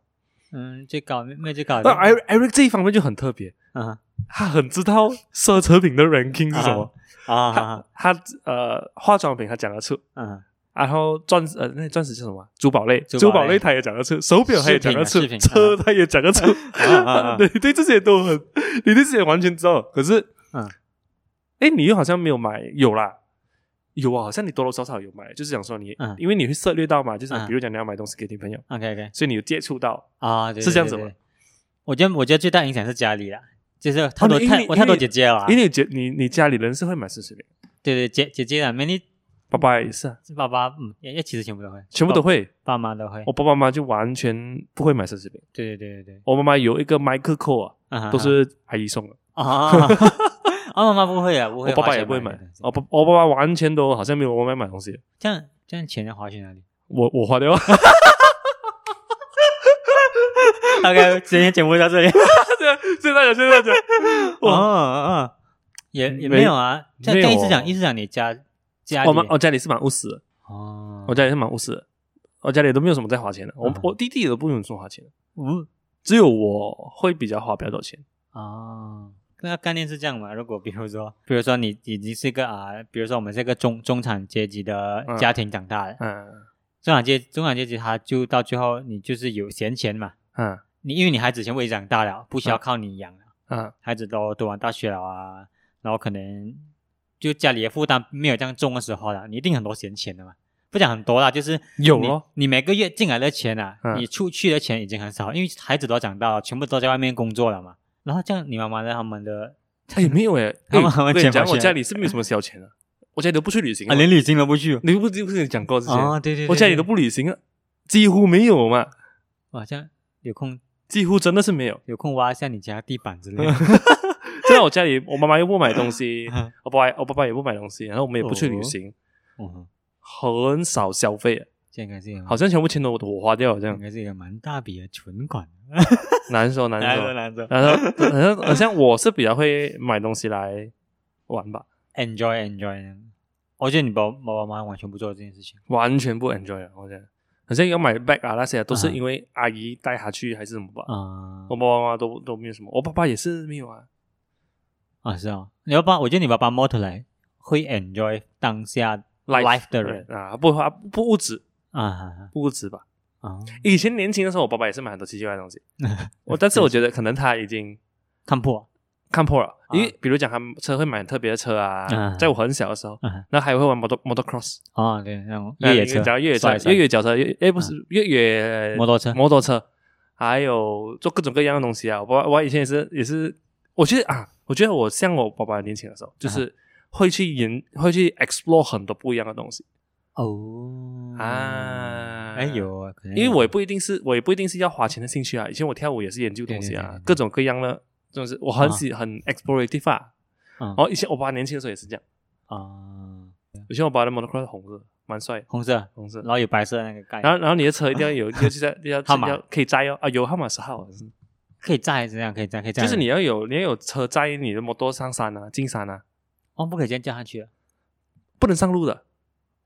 B: 嗯，最高没没有最高
A: 那
B: 的
A: Eric Eric 这一方面就很特别，
B: 啊
A: 他很知道奢侈品的 ranking 是什么，
B: 啊啊
A: 他呃化妆品他讲得出。
B: 啊！
A: 然后钻石呃，那钻石是什么？珠宝类，
B: 珠宝类
A: 珠宝类他也讲得出，手表他也讲得出
B: 饰品，啊饰品
A: 车他也讲得出，
B: 啊啊啊
A: 对对，这些都很，你对这些完全知道。可是，
B: 嗯，
A: 哎，你又好像没有买，有啦，有啊，好像你多多少少有买，就是想说你，
B: 嗯
A: 因为你会涉猎到嘛，就是
B: 嗯
A: 比如讲你要买东西给你朋友，
B: OK OK
A: 所以你有接触到。
B: 嗯啊，对
A: 是这样子
B: 对对
A: 吗
B: 对我觉得我觉得最大影响是家里啦，就是太多
A: 哦你因为
B: 太我太
A: 因为
B: 多姐姐了啊，
A: 因为你姐，你你家里人是会买奢侈品，
B: 对对姐姐姐啊，没你
A: 爸爸也是啊，
B: 爸爸嗯，哦也也其实全部都会，
A: 全部都哦会。
B: 爸爸妈都会
A: 我，爸爸妈妈就完全不会买奢侈品，
B: 对对对对对
A: 我妈妈有一个麦克扣啊，
B: 啊哈哈，
A: 都是阿姨送的。
B: 啊，啊妈妈不会啊，不会
A: 我
B: 花钱的，
A: 爸爸也不会买
B: 对，
A: 我爸我爸爸完全都好像没有我妈买东西，
B: 这样这样钱要啊花去哪里
A: 我我花掉，
B: ？OK，今天节目到这里，
A: 现在讲现 在讲，哇
B: 哦哦，也也
A: 没
B: 没有啊，这
A: 没
B: 样
A: 有
B: 意思
A: 哦
B: 讲意思讲你家家里
A: 我妈我家里是蛮务实的，
B: 哦，
A: 我家里是蛮务实的，我家里都没有什么在花钱的，我
B: 嗯
A: 我弟弟也都不用说花钱，
B: 嗯
A: 只有我会比较花比较多钱，
B: 哦，那概念是这样嘛？如果比如说，比如说你已经是一个啊，比如说我们是一个中中产阶级的
A: 嗯
B: 家庭长大的，
A: 嗯
B: 中产阶中产阶级他就到最后你就是有闲钱嘛，
A: 嗯
B: 你因为你孩子全部已经长大了，不需要
A: 嗯
B: 靠你养啊了，
A: 嗯
B: 孩子都读完大学了啊，然后可能就家里的负担没有这样重的时候了，你一定很多闲钱的嘛。不讲很多啦，就是
A: 有
B: 你
A: 咯，
B: 你每个月进来的钱啊，
A: 嗯
B: 你出去的钱已经很少，因为孩子都长大了，全部都在外面工作了嘛。然后这样，你妈妈在他们的
A: 哎没有哎，
B: 他们
A: 哎我
B: 完
A: 跟
B: 全
A: 你讲，
B: 花钱
A: 我家里是没有什么消遣的，我家里都不去旅行
B: 啊，
A: 的，
B: 连旅行都不去
A: 你不你不是有讲过之前，
B: 啊！对对对，
A: 我家里都
B: 对
A: 不旅行啊，几乎没有嘛，
B: 哇，这样有空
A: 几乎真的是没有。
B: 有空挖一下你家地板之类的
A: 嗯 现在我家里，我妈妈又不买东西
B: 嗯，
A: 我爸我爸爸也不买东西，然后我们也不去旅行，
B: 嗯，
A: 很少消费。
B: 哦这应该是一个
A: 好像全部钱都我花掉了这样
B: 应，该是一个蛮大笔的存款。
A: 难受难
B: 难
A: 受
B: 说。难说
A: 然后，好像好像我是比较会买东西来玩吧，
B: ，enjoy enjoy。我觉得你爸爸妈妈完全不做这件事情。
A: 完全不 enjoy 啊，我觉得。好像要买 bag 啊那些啊都是
B: 啊
A: 因为阿姨带她去还是什么吧，
B: 啊、
A: 我爸爸妈妈都都没有什么，我爸爸也是没有啊。
B: 啊，是哦。你要爸，我觉得你爸爸 model 来会 enjoy 当下 life 的人
A: 对啊，不花不物质
B: 啊
A: 不物质吧。
B: 啊，
A: 以前年轻的时候，我爸爸也是买很多奇奇怪怪的 东西，我但是我觉得可能他已经
B: 看破
A: 看破了，
B: 啊
A: 因为比如讲他车会买很特别的车啊，
B: 啊
A: 在我很小的时候，
B: 啊
A: 然后还会玩 motor motocross
B: 啊，对，那种
A: 呃
B: 越野车，
A: 讲越野车
B: 摔、车
A: 越野脚车、越哎不是越野
B: 摩托车
A: 摩托车，还有做各种各样的东西啊。我爸爸我以前也是也是，我觉得啊，我觉得我像我爸爸年轻的
B: 啊
A: 时候，就是会去研会去 explore 很多不一样的东西
B: 哦
A: 啊。
B: 哎有啊，可能
A: 因为
B: 有
A: 我也不一定是我也不一定是要花钱的兴趣啊。以前我跳舞也是研究东西
B: 对对
A: 啊
B: 对对，啊
A: 各种各样的，就是我很喜很 explorative 啊。
B: 嗯
A: 然后以前我爸年轻的时候也是这样，
B: 啊，
A: 以前我爸的 motocross 红色，蛮帅，
B: 红色，
A: 红色
B: 然。后有白色的那个盖，
A: 然后然后你的车一定要 有，要记得要
B: 号码
A: 要可以摘哦啊，有号码是号，
B: 可以载，这样可以载，可以载，
A: 就是你要有你要有车载你的摩托上山啊，进山啊，
B: 哦，不可以这样叫上去了，
A: 不能上路的，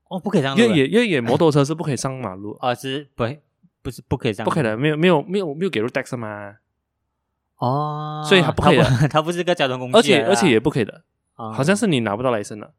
B: 哦，不可以这样
A: 越
B: 录了，
A: 野越野摩托车是不可以上马路，
B: 啊是不不是不可以这样，
A: 不可以的，没有没有没有没有给入 tax 嘛，
B: 哦，
A: 所以它不可以的
B: 它不它不是个交通工具来啊
A: 而且
B: 的啦，
A: 而且也不可以的，
B: 嗯啊
A: 好像是你拿不到来生的，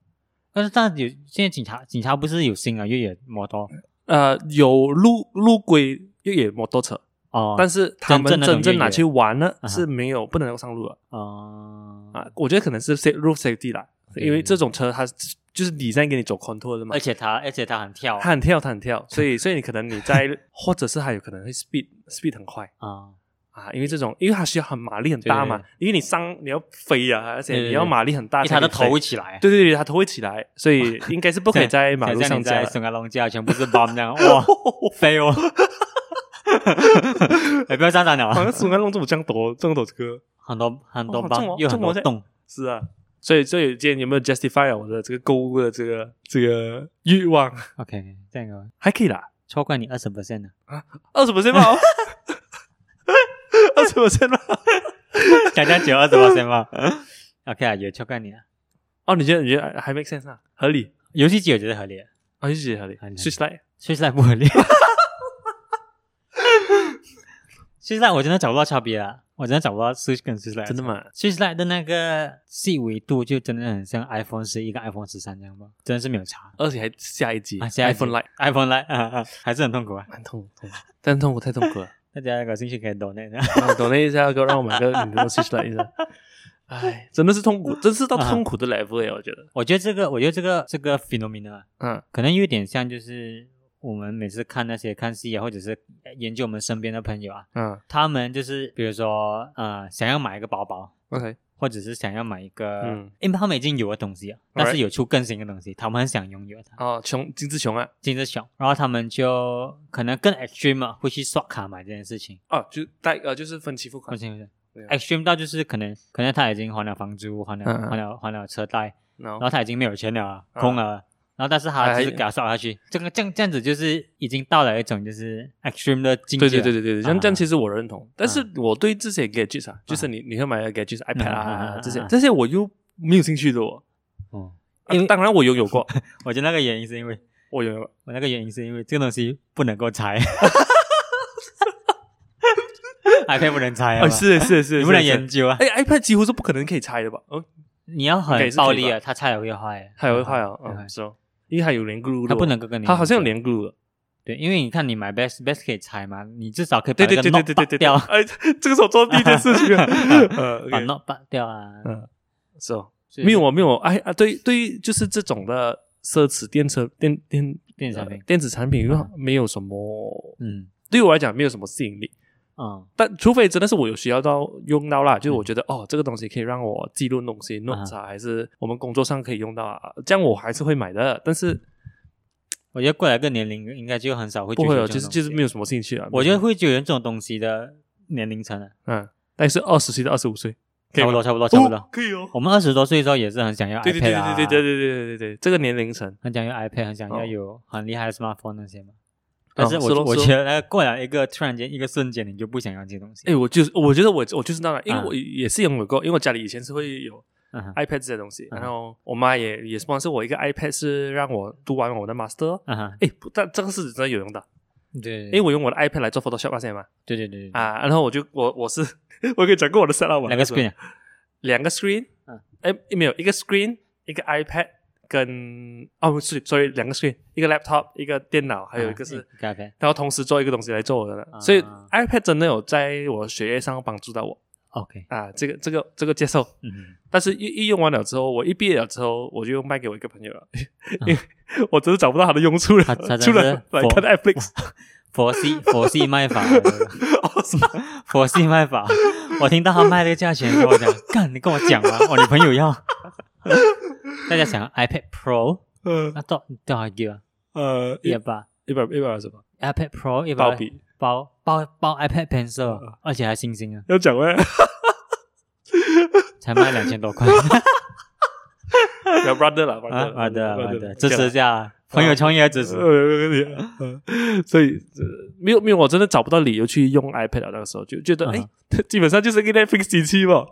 B: 但是但有现在警察警察不是有新啊越野摩托
A: 呃，有路路规越野摩托车，
B: 哦，
A: 但
B: 是
A: 是他们
B: 真正的那种
A: 真正拿
B: 越野
A: 去玩呢
B: 啊哈
A: 是没有不能够上路的
B: 哦
A: 啊，我觉得可能是 safe roof safety 啦，
B: 对
A: 因为这种车它就是你在给你走 contour 的嘛
B: 而。且它而且它很跳啊
A: 它很跳，它很跳， 所以所以你可能你在，或者是还有可能会 speed speed 很快，
B: 啊
A: 啊，因为这种，因为它需要很马力很大嘛，
B: 对
A: 因为你上你要飞啊，而且
B: 对对对
A: 你要马力很大
B: 因为
A: 才可
B: 它的
A: 以飞，
B: 头会起来，
A: 对对对，它头会起来，所以应该是不可 以在马路
B: 像
A: 上
B: 你
A: 架
B: 在
A: 的。
B: 松开龙架全部是 bomb 这样， 哇飞哦， 哎不要上当了
A: 好
B: 啊，
A: 像松安弄这种这样躲这样躲歌，
B: 很多很多
A: 哇
B: bomb
A: 中国
B: 又很
A: 中国
B: 多
A: 在
B: 洞，
A: 是啊，所以所以今天有没有 justify 我的这个购物的这个这个欲 望？
B: OK，这样哦，
A: 还可以啦，
B: 超过你二十 percent 啊了，
A: 二十 percent 吧，二十 percent 吧。
B: 讲讲九二十 percent 吧。OK 啊，有超过你了。
A: 哦，你觉得你觉得还 make sense 啊？合理，
B: 游戏机我觉得合理的，
A: 啊，你觉得合理
B: 合理
A: ？Switch Lite
B: 虽然不合理。虽然我真的找不到差别了，我真的找不到 Switch 跟 Switch Lite
A: 真的吗？
B: ？Switch Lite 的那个细维度就真的很像 iPhone 十一跟 iPhone 十三这样吧，真的是没有差
A: 而且还下一集
B: 啊。现在
A: iPhone Lite
B: iPhone Lite 啊啊，还是很痛苦啊。
A: 蛮痛痛，但痛苦太痛苦 了。
B: 大家有兴趣可以 donate 一下。
A: 懂那一下，给我让我买个你给我 Switch 来一 下。哎，真的是痛苦，真是到痛苦的 level 哎，我觉得。
B: 我觉得这个，我觉得这个这个 phenomenon 啊
A: 嗯
B: 可能有点像就是我们每次看那些看戏啊，或者是研究我们身边的朋友啊，
A: 嗯
B: 他们就是比如说呃，想要买一个包包，
A: ，OK，
B: 或者是想要买一个，
A: 嗯
B: 因为他们已经有的东西了，但
A: Alright
B: 是有出更新的东西，他们很想拥有它，
A: 哦，穷金志穷啊，
B: 金志雄，然后他们就可能更 extreme 啊会去刷卡买这件事情，
A: 哦，就贷呃就是分期付
B: 不
A: 款，
B: 行不行
A: 对啊
B: ，extreme 到就是可能可能他已经还了房租，还了
A: 嗯嗯
B: 还了还了车贷，
A: 然
B: 然
A: 后
B: 后他已经没有钱了啊，
A: 啊
B: 空了啊。然后，但是他只是
A: 哎
B: 给他刷下去，这个这样这样子就是已经到了一种就是 extreme 的境界
A: 对
B: 了。
A: 对对对对，这样
B: 啊
A: 这样其实我认同，但是我对这些 gadgets 啊，就是你你会买的 gadgets iPad
B: 嗯嗯嗯
A: 啊
B: 嗯
A: 这些
B: 嗯
A: 这些我又没有兴趣的哦。
B: 哦，
A: 啊当然我拥有过，
B: 我觉得那个原因是因为
A: 我拥有过，
B: 我那个原因是因为这个东西不能够拆，iPad 不能拆啊
A: 啊，，是是是，
B: 你不能
A: 是
B: 研。究啊，
A: 是哎，iPad 几乎是不可能可以拆的吧？哦，
B: 你要
A: 应该
B: 很
A: 是可以吧
B: 暴力啊，它拆了会坏，
A: 它也会坏啊，
B: 会坏
A: 嗯，是哦，因为它有连glue 的哦，
B: 它不能够跟你，
A: 它好像有连 glue 的。
B: 对，因为你看你买 best best 可以拆嘛，你至少可以把
A: 对对
B: 那个
A: 对
B: knob
A: 对对对对，
B: 拔掉，
A: 哎，这个是我做的第一件事 情啊，呃
B: 把
A: OK，
B: knob 拔掉啊，
A: 嗯，是哦，
B: 所以
A: 没有啊，没有啊，哎啊，对对于就是这种的奢侈电车电电
B: 电子产品
A: 呃电子产品，因为没有什么，
B: 嗯
A: 对于我来讲没有什么吸引力，
B: 嗯
A: 但除非真的是我有需要到用到啦，就是我觉得哦，这个东西可以让我记录东西、弄啥，还是我们工作上可以用到啊，这样我还是会买的，但是
B: 我觉得过来个年龄应该就很少会
A: 不
B: 追
A: 会
B: 求
A: 有，
B: 这
A: 就
B: 种
A: 是
B: 东西
A: 就是没有什么兴趣啊，
B: 我觉得会追求这种东西的年龄层啊，
A: 嗯，但是二十岁到二十五岁，可以
B: 差不
A: 吗
B: 多差不多差不
A: 哦
B: 多。
A: 可以哦。
B: 我们二十多岁的时候也是很想要
A: 对对对
B: iPad 啊，
A: 对对对对对对对对，这个年龄层，
B: 很想要 iPad，很想要
A: 哦
B: 有很厉害的 smartphone 那些嘛。但是
A: 哦
B: 我、
A: 是咯
B: 我
A: 是咯
B: 觉得那个过了一个突然间一个瞬间，你就不想要这些东西。
A: 哎，我就是我觉得我我就是那样，因为
B: 啊
A: 我也是拥有过，因为我家里以前是会有
B: 嗯哼
A: iPad 这些东西，
B: 嗯
A: 然后我妈也也 sponsor 我一个 iPad，是让我读完我的 master。
B: 嗯哼，
A: 哎，不但这个是真的有用的，
B: 对，
A: 因为我用我的 iPad 来做 Photoshop 那些嘛
B: 对对对对，
A: 啊，然后我就我我是 我跟你讲过我的 setup 吧
B: 两个 screen 啊
A: 两个 screen，
B: 嗯
A: 哎，没有一个 screen，一个 iPad 跟哦，是 sorry，两个 screen，一个 laptop，一个电脑，
B: 啊
A: 还有一个是，
B: 咖啡
A: 然后同时做一个东西来做我的了，
B: 啊
A: 所以 iPad 真的有在我学业上帮助到我
B: ，OK，
A: 啊，这个这个这个接受，
B: 嗯哼，
A: 但是一一用完了之后，我一毕业了之后，我就卖给我一个朋友了， 因为我真的找不到它的用处了
B: 啊他他，
A: 除
B: 真
A: 了
B: 的是
A: 来
B: 佛
A: 看 Netflix，
B: 佛系佛系卖法，
A: 哦
B: 佛系 卖法，我听到他卖这个价钱的时候，我讲，干，你跟我讲啊，我女朋友要。大家想 iPad Pro，
A: 呃
B: 那多多少个？
A: 呃，
B: 一
A: 一
B: 百
A: 一百一百二十吧，
B: iPad Pro 一百
A: 暴笔
B: 包包包 iPad
A: 嗯
B: Pencil，而且还星星啊，
A: 要讲吗？
B: 才卖两千多 块。
A: 要 brother 了
B: 啊，
A: ，brother，
B: 好的好
A: brother
B: 的，支持一下，朋友创业支持。
A: 呃，嗯所以呃没有没有，我真的找不到理由去用 iPad 了。那个时候就觉得，
B: 嗯
A: 哎、基本上就是一个 Netflix 机器 嘛。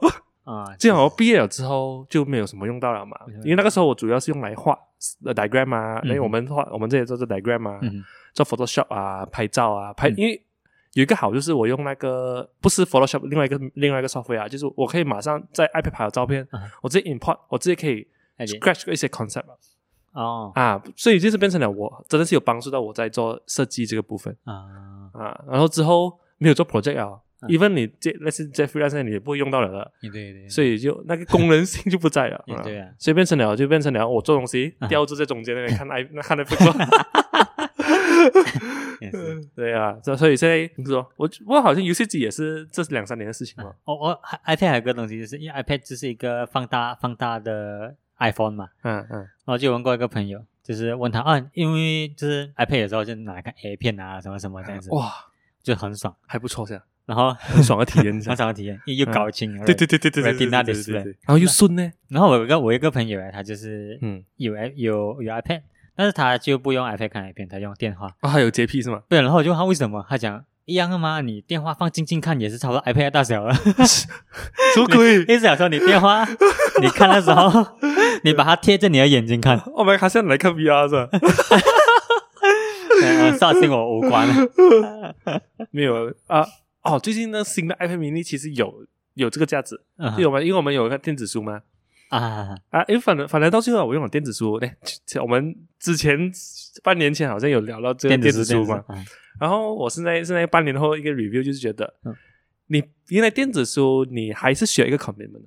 B: 啊，
A: 这样我毕业了之后就没有什么用到了嘛
B: 嗯，
A: 因为那个时候我主要是用来画呃 diagram 啊，
B: 嗯
A: 因为我们画我们这里做做 diagram 啊，
B: 嗯
A: 做 Photoshop 啊，拍照啊，拍，
B: 嗯
A: 因为有一个好就是我用那个不是 Photoshop，另外一个另外一个 software 啊，就是我可以马上在 iPad 拍好照片，
B: 嗯
A: 我直接 import，我直接可以
B: ，OK，
A: scratch 一些 concept 啊
B: 哎哦
A: 啊，所以就是变成了我真的是有帮助到我在做设计这个部分
B: 啊，
A: 啊。然后之后没有做 project 啊、
B: 嗯
A: e v e n 你这那些 Jeffrey 那些你也不会用到了的，
B: 对对对，
A: 所以就那个功能性就不在了。
B: 嗯 也对
A: 啊
B: 啊
A: 所以变成了就变成了我做东西
B: 嗯
A: 吊住在中间那边看 i 那看 i p a
B: 也是。
A: 对啊，所所以现在你说我我好像游戏机也是这两三年的事情嘛，
B: 哦我我 iPad 还有个东西，就是因为 iPad 就是一个放大放大的 iPhone 嘛，
A: 嗯嗯
B: 然后就问过一个朋友，就是问他啊，因为就是 iPad 有时候就拿来看 A 片啊，什么什么这样子，
A: 哇，
B: 就很爽。
A: 还不错，这样
B: 然后
A: 很爽的体验一下
B: 很。爽的体验，又又
A: 嗯
B: 高清，
A: 对对对对对对对
B: Retina
A: 对对对
B: display
A: 对，然后又顺呢，
B: 然后我有个我有一个朋友啊，他就是
A: 嗯
B: 有 i- 有有 iPad，但是他就不用 iPad 看 iPad，他用电话。
A: 啊，还有洁癖是 吗？
B: 对，然后我就问他为什么，他讲一样的嘛，你电话放近近看也是差不多 iPad 的大小了。
A: 什么鬼？
B: 一直想说 你电 话，你看的时候，你把它贴着你的眼睛看，
A: 我们还是要来看 VR 是吧？
B: 呃绍兴我无 关。
A: 没有啊，哦，最近呢，新的 iPad mini 其实有有这个价值，
B: 嗯
A: 就我们因为我们有一个电子书嘛，
B: 啊，
A: 啊，因为反正反正到最后我用了电子书，哎，我们之前半年前好像有聊到这个电子书嘛，，
B: 嗯
A: 然后我现在现在半年后一个 review 就是觉得
B: 嗯，
A: 你原来电子书你还是需要一个 commitment，的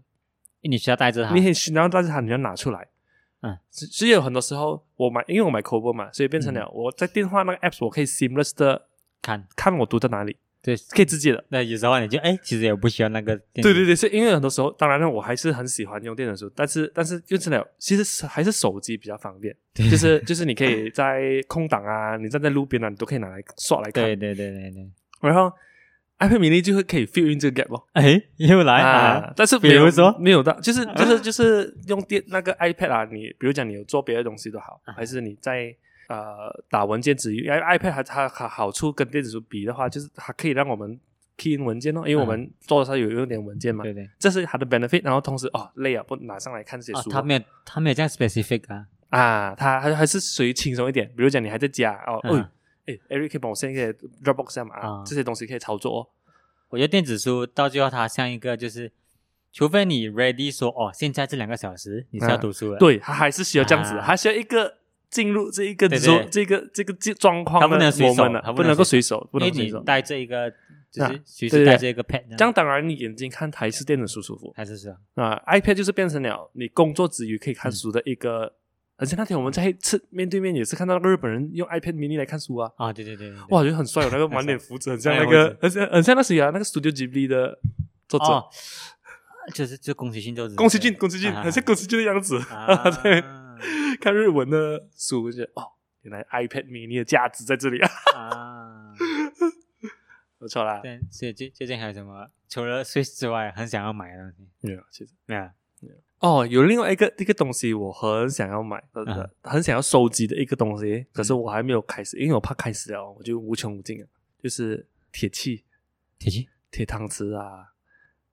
B: 你需要带着它
A: 你。很需要，但是它你要拿出来。
B: 嗯，
A: 其其实有很多时候我买，因为我买 c o b o 嘛，所以变成了我在电话那个 apps 我可以 seamless 的
B: 看，
A: 看我读在哪里，
B: 对，
A: 可以直接的。
B: 那有时候你就哎，其实也不需要那个电
A: 对
B: 子。
A: 对对，是因为很多时候，当然了，我还是很喜欢用电子书，但是但是就是了，其实是还是手机比较方便，就是就是你可以在空档啊， 你站在路边啊，你都可以拿来刷来看。
B: 对对对对对，
A: 然后 iPad mini 就会可以 fill in 这个 gap 咯。
B: 哎，又来
A: 啊
B: 啊！，
A: 但是
B: 比
A: 没有
B: 如说
A: 没有的， 就是就是就是用电那个 iPad 啊，你比如讲你有做别的东西都
B: 啊
A: 好，还是你在呃打文件之余，因为 iPad 它它它好处跟电子书比的话，就是它可以让我们 key in 文件哦，因为我们
B: 啊
A: 做的时候有用点文件嘛，
B: 对对，
A: 这是它的 benefit，然后同时哦累啊，不拿上来看这些
B: 啊，
A: 书
B: 他没有他没有这样 specific 啊，
A: 啊，它还还是属于轻松一点。比如讲你还在家哦，
B: 嗯
A: 哎哎，Eric 可以帮我 send 一些 Dropbox 啊嘛啊
B: 啊，
A: 这些东西可以操作哦。
B: 我觉得电子书到最后它像一个就是，除非你 ready 说哦，现在这两个小时你是要
A: 嗯
B: 读书的，，
A: 对，它还是需要这样子的，
B: 啊
A: 还需要一个进入这一个
B: 对
A: zone-
B: 对
A: 这个这个这状况
B: 它
A: 的
B: 不能随手
A: moment 啊
B: 它不
A: 不
B: 能
A: 能够随手，不
B: 因为
A: 能随
B: 你
A: 手。
B: 带这一个就
A: 啊
B: 是随
A: 对对
B: 时带
A: 对
B: 这个 pad，
A: 这样当然你眼睛看还是电子书舒服
B: 还是是啊
A: 啊，iPad 就是变成了你工作之余可以看书的一
B: 嗯
A: 个。而且那天我们在吃面对面也是看到那个日本人用 iPad mini 来看书啊，
B: 啊，对对对，对对
A: 哇，我觉得很帅哦，那个满脸胡子，很像那
B: 满脸
A: 个，很像很像那谁啊？那个 Studio Ghibli 的作者
B: 哦，就是就宫崎骏就是
A: 宫崎骏，宫崎骏，
B: 啊
A: 很像宫崎骏的样子。
B: 啊
A: 对，看日文的书，就觉得哦，原来 iPad mini 的价值在这里啊，
B: 啊，
A: 不错啦。
B: 对，所以最最近还有什么除了 Switch 之外，很想要买的东西
A: 没有，其实
B: 没有？
A: 哦，有另外一个一个东西我很想要买，呃
B: 嗯
A: 很想要收集的一个东西，可是我还没有开始，因为我怕开始了我就无穷无尽了，啊就是铁器、
B: 铁器，
A: 铁汤匙啊、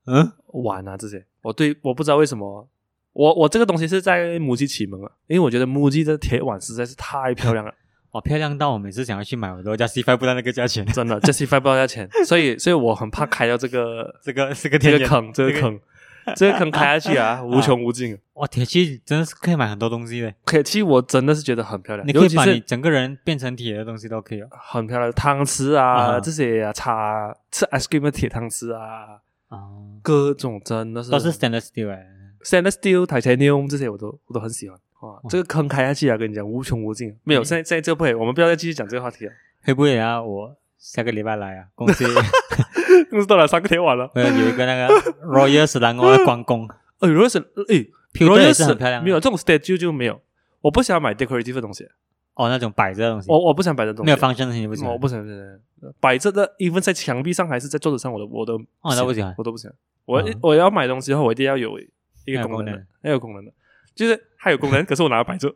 B: 嗯，
A: 碗啊这些。我对我不知道为什么，我我这个东西是在母鸡启蒙了，啊因为我觉得母鸡的铁碗实在是太漂亮了，
B: 哇，漂亮到我每次想要去买，我都加 C 5不到那个价钱。
A: 真的 justify 不到价钱，所以所以我很怕开到这个
B: 这个这
A: 这
B: 个天
A: 个
B: 眼
A: 坑，这个，坑，这个坑开下去 啊，无穷无尽。
B: 哇，铁器真的是可以买很多东西的，
A: 铁器我真的是觉得很漂亮，
B: 你可
A: 尤
B: 以
A: 其
B: 把
A: 是
B: 你整个人变成铁的东西都可以哦。
A: 很漂亮，汤匙啊、
B: 啊
A: 这些啊，叉吃 ice cream 的铁汤匙啊，
B: 啊，
A: 各种真的是
B: 都是 stainless steel 哎，
A: stainless steel、titanium 这些我都我都很喜欢。哇
B: 哇，
A: 这个坑开下去啊，跟你讲无穷无尽。没有，
B: 嗯
A: 现在现在这不可以，我们不要再继续讲这个话题 了。
B: 会不会啊？我下个礼拜来啊，公 司
A: 公司到了三个铁碗了。
B: 会有一个那个 Royal 史兰欧的关公，
A: 哎，如果是哎，
B: 皮
A: 果
B: 带也
A: 是
B: 是很漂亮的，啊
A: 没有这种 statue 就没有。我不想买 decorative 的东西，
B: 哦那种摆着的东西，
A: 我我不想摆这种东西哦
B: 没有 function 的东西不行，
A: 我不想，不想不想摆这的，even 在墙壁上还是在桌子上，我都我都
B: 哦那不喜欢
A: 我都不喜欢。我、
B: 嗯
A: 我要买东西的话，我一定要有一个
B: 要有
A: 功
B: 功
A: 能的
B: 能，
A: 要有功能的，就是它有功 能，可是我拿来摆着，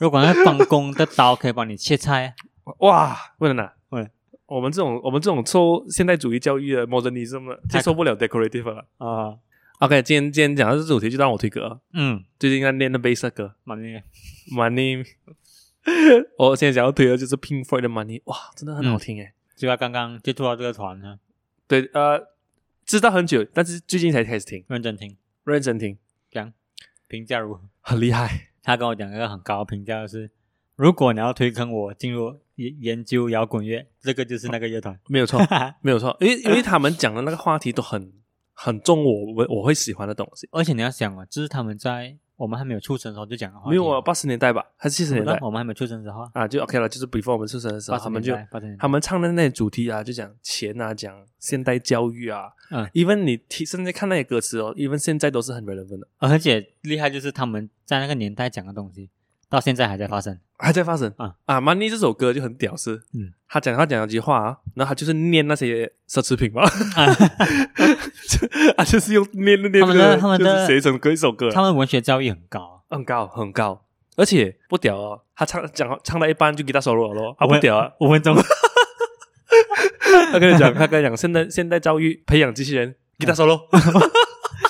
B: 如果那个关公的刀可以帮你切菜，
A: 哇，不能拿，
B: 不能。
A: 我们这种我们这种受现代主义教育的 modernism 了接受不了 decorative 了。
B: 啊，
A: OK，今天今天讲到这主题，就让我推歌。
B: 嗯，
A: 最近在练的 bass 的歌
B: 蛮厉害，嗯
A: Money，我现在想要推的就是 Pink Floyd 的 Money，哇，真的很好听诶。欸
B: 就要刚刚接触到这个团啊呢，
A: 对，呃，知道很久，但是最近才开始听，
B: 认真听，
A: 认真听，
B: 讲评价如何？
A: 很厉害。
B: 他跟我讲一个很高的评价就是，如果你要推坑我进入研研究摇滚乐，这个就是那个乐团。
A: 没有 错，没有错，因为因为他们讲的那个话题都很很中我我我会喜欢的东西。
B: 而且你要想啊，这是他们在我们还没有出生的时候就讲的话，
A: 没有啊，，八十年代吧，还是七十
B: 我
A: 年代
B: 们我们还没有出生的时候，
A: 啊，就 OK 了。就是 before 我们出生的时候，他们就
B: 八十年代
A: 他们唱的那些主题啊，就讲钱啊，讲现代教育啊。
B: 嗯
A: ，even 你听甚至看那些歌词哦，even 现在都是很 relevant 的，
B: 而且厉害就是他们在那个年代讲的东西，到现在还在发生。
A: 还在发生
B: 啊
A: 啊。Money 这首歌就很屌丝，
B: 嗯，
A: 他讲他讲了几句话啊，然后他就是念那些奢侈 品嘛，啊，就是用念的念
B: 他
A: 这
B: 们的
A: 个，
B: 他们
A: 就
B: 的
A: 是写成歌一首歌啊，
B: 他们文学教育很高，
A: 很高很高，而且不屌哦，他唱讲唱到一半就给他收入了咯，啊不屌啊！
B: 五分钟
A: 他跟你讲，他跟你讲，现代现代教育培养机器人给他收入，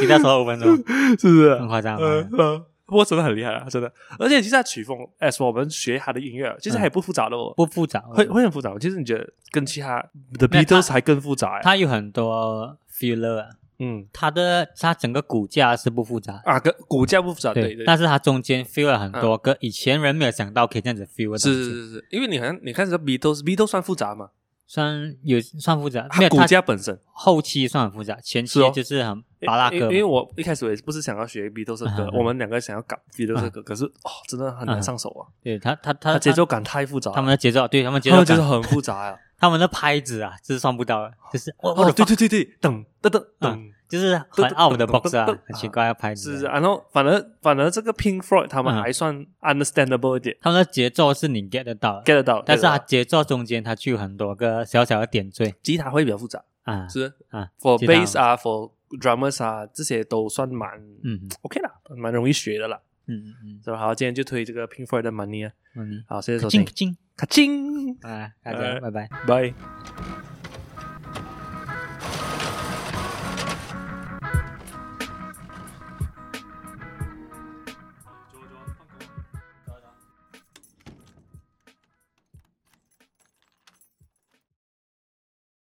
B: 给他说五分 钟，
A: 是不是？
B: 很夸张啊。
A: 嗯嗯，不过真的很厉害啊，真的。而且其实他曲风，哎，说我们学他的音乐，其实还不复杂的哦，
B: 嗯不复杂，啊
A: 会会很复杂。其实你觉得跟其他 The
B: 没有他
A: Beatles 还更复杂？哎
B: 它有很多 filler，啊
A: 嗯
B: 它的它整个骨架是不复杂，
A: 啊，跟骨架不复杂，对
B: 对
A: 对，嗯
B: 但是它中间 feel 了很多个以前人没有想到可以这样子 feel 的东
A: 是
B: 西
A: 是是是，因为你好像你看这 Beatles，Beatles 算复杂嘛？
B: 算有算复杂，没
A: 它
B: 有
A: 骨
B: 它
A: 架本身。
B: 后期算很复杂，前期
A: 是哦
B: 就是很巴拉
A: 因
B: 歌
A: 因为我一开始我也不是想要学 Beatles 的歌
B: 嗯，嗯
A: 我们两个想要搞 Beatles 的歌，可是哦，真的很难上手啊，
B: 对他嗯他
A: 它
B: 他
A: 节奏感太复杂了，
B: 他们的节奏，对他们 节
A: 他
B: 奏
A: 们节
B: 感
A: 奏很复杂啊。
B: 他们的拍子啊，这是算不到的，就是我我
A: 哦，
B: 的
A: 对对对对，噔噔噔噔
B: 嗯。就是很 out 的 box 啊
A: 噔噔噔，
B: 很奇怪的拍子啊，
A: 是是，然后反而反而这个 Pink Floyd 他们
B: 嗯
A: 还算 understandable 一点
B: 他们的节奏是你 get 得到的，
A: ，get 得到。
B: 但是
A: get
B: 它
A: 得到
B: 节奏中间它就有很多个小小的点缀
A: 吉他会比较复杂，
B: 啊
A: 是
B: 啊，
A: for
B: 吉他
A: bass 啊，for drummers 啊，这些都算蛮
B: 嗯
A: OK 啦，蛮容易学的啦，
B: 嗯嗯
A: 是吧？好，今天就推这个 Pink Floyd 的 Money 啊，
B: 嗯，
A: 好，谢谢收
B: 进
A: 听，
B: 进
A: 卡金，
B: 啊，大家
A: 呃
B: 拜拜。
A: 拜。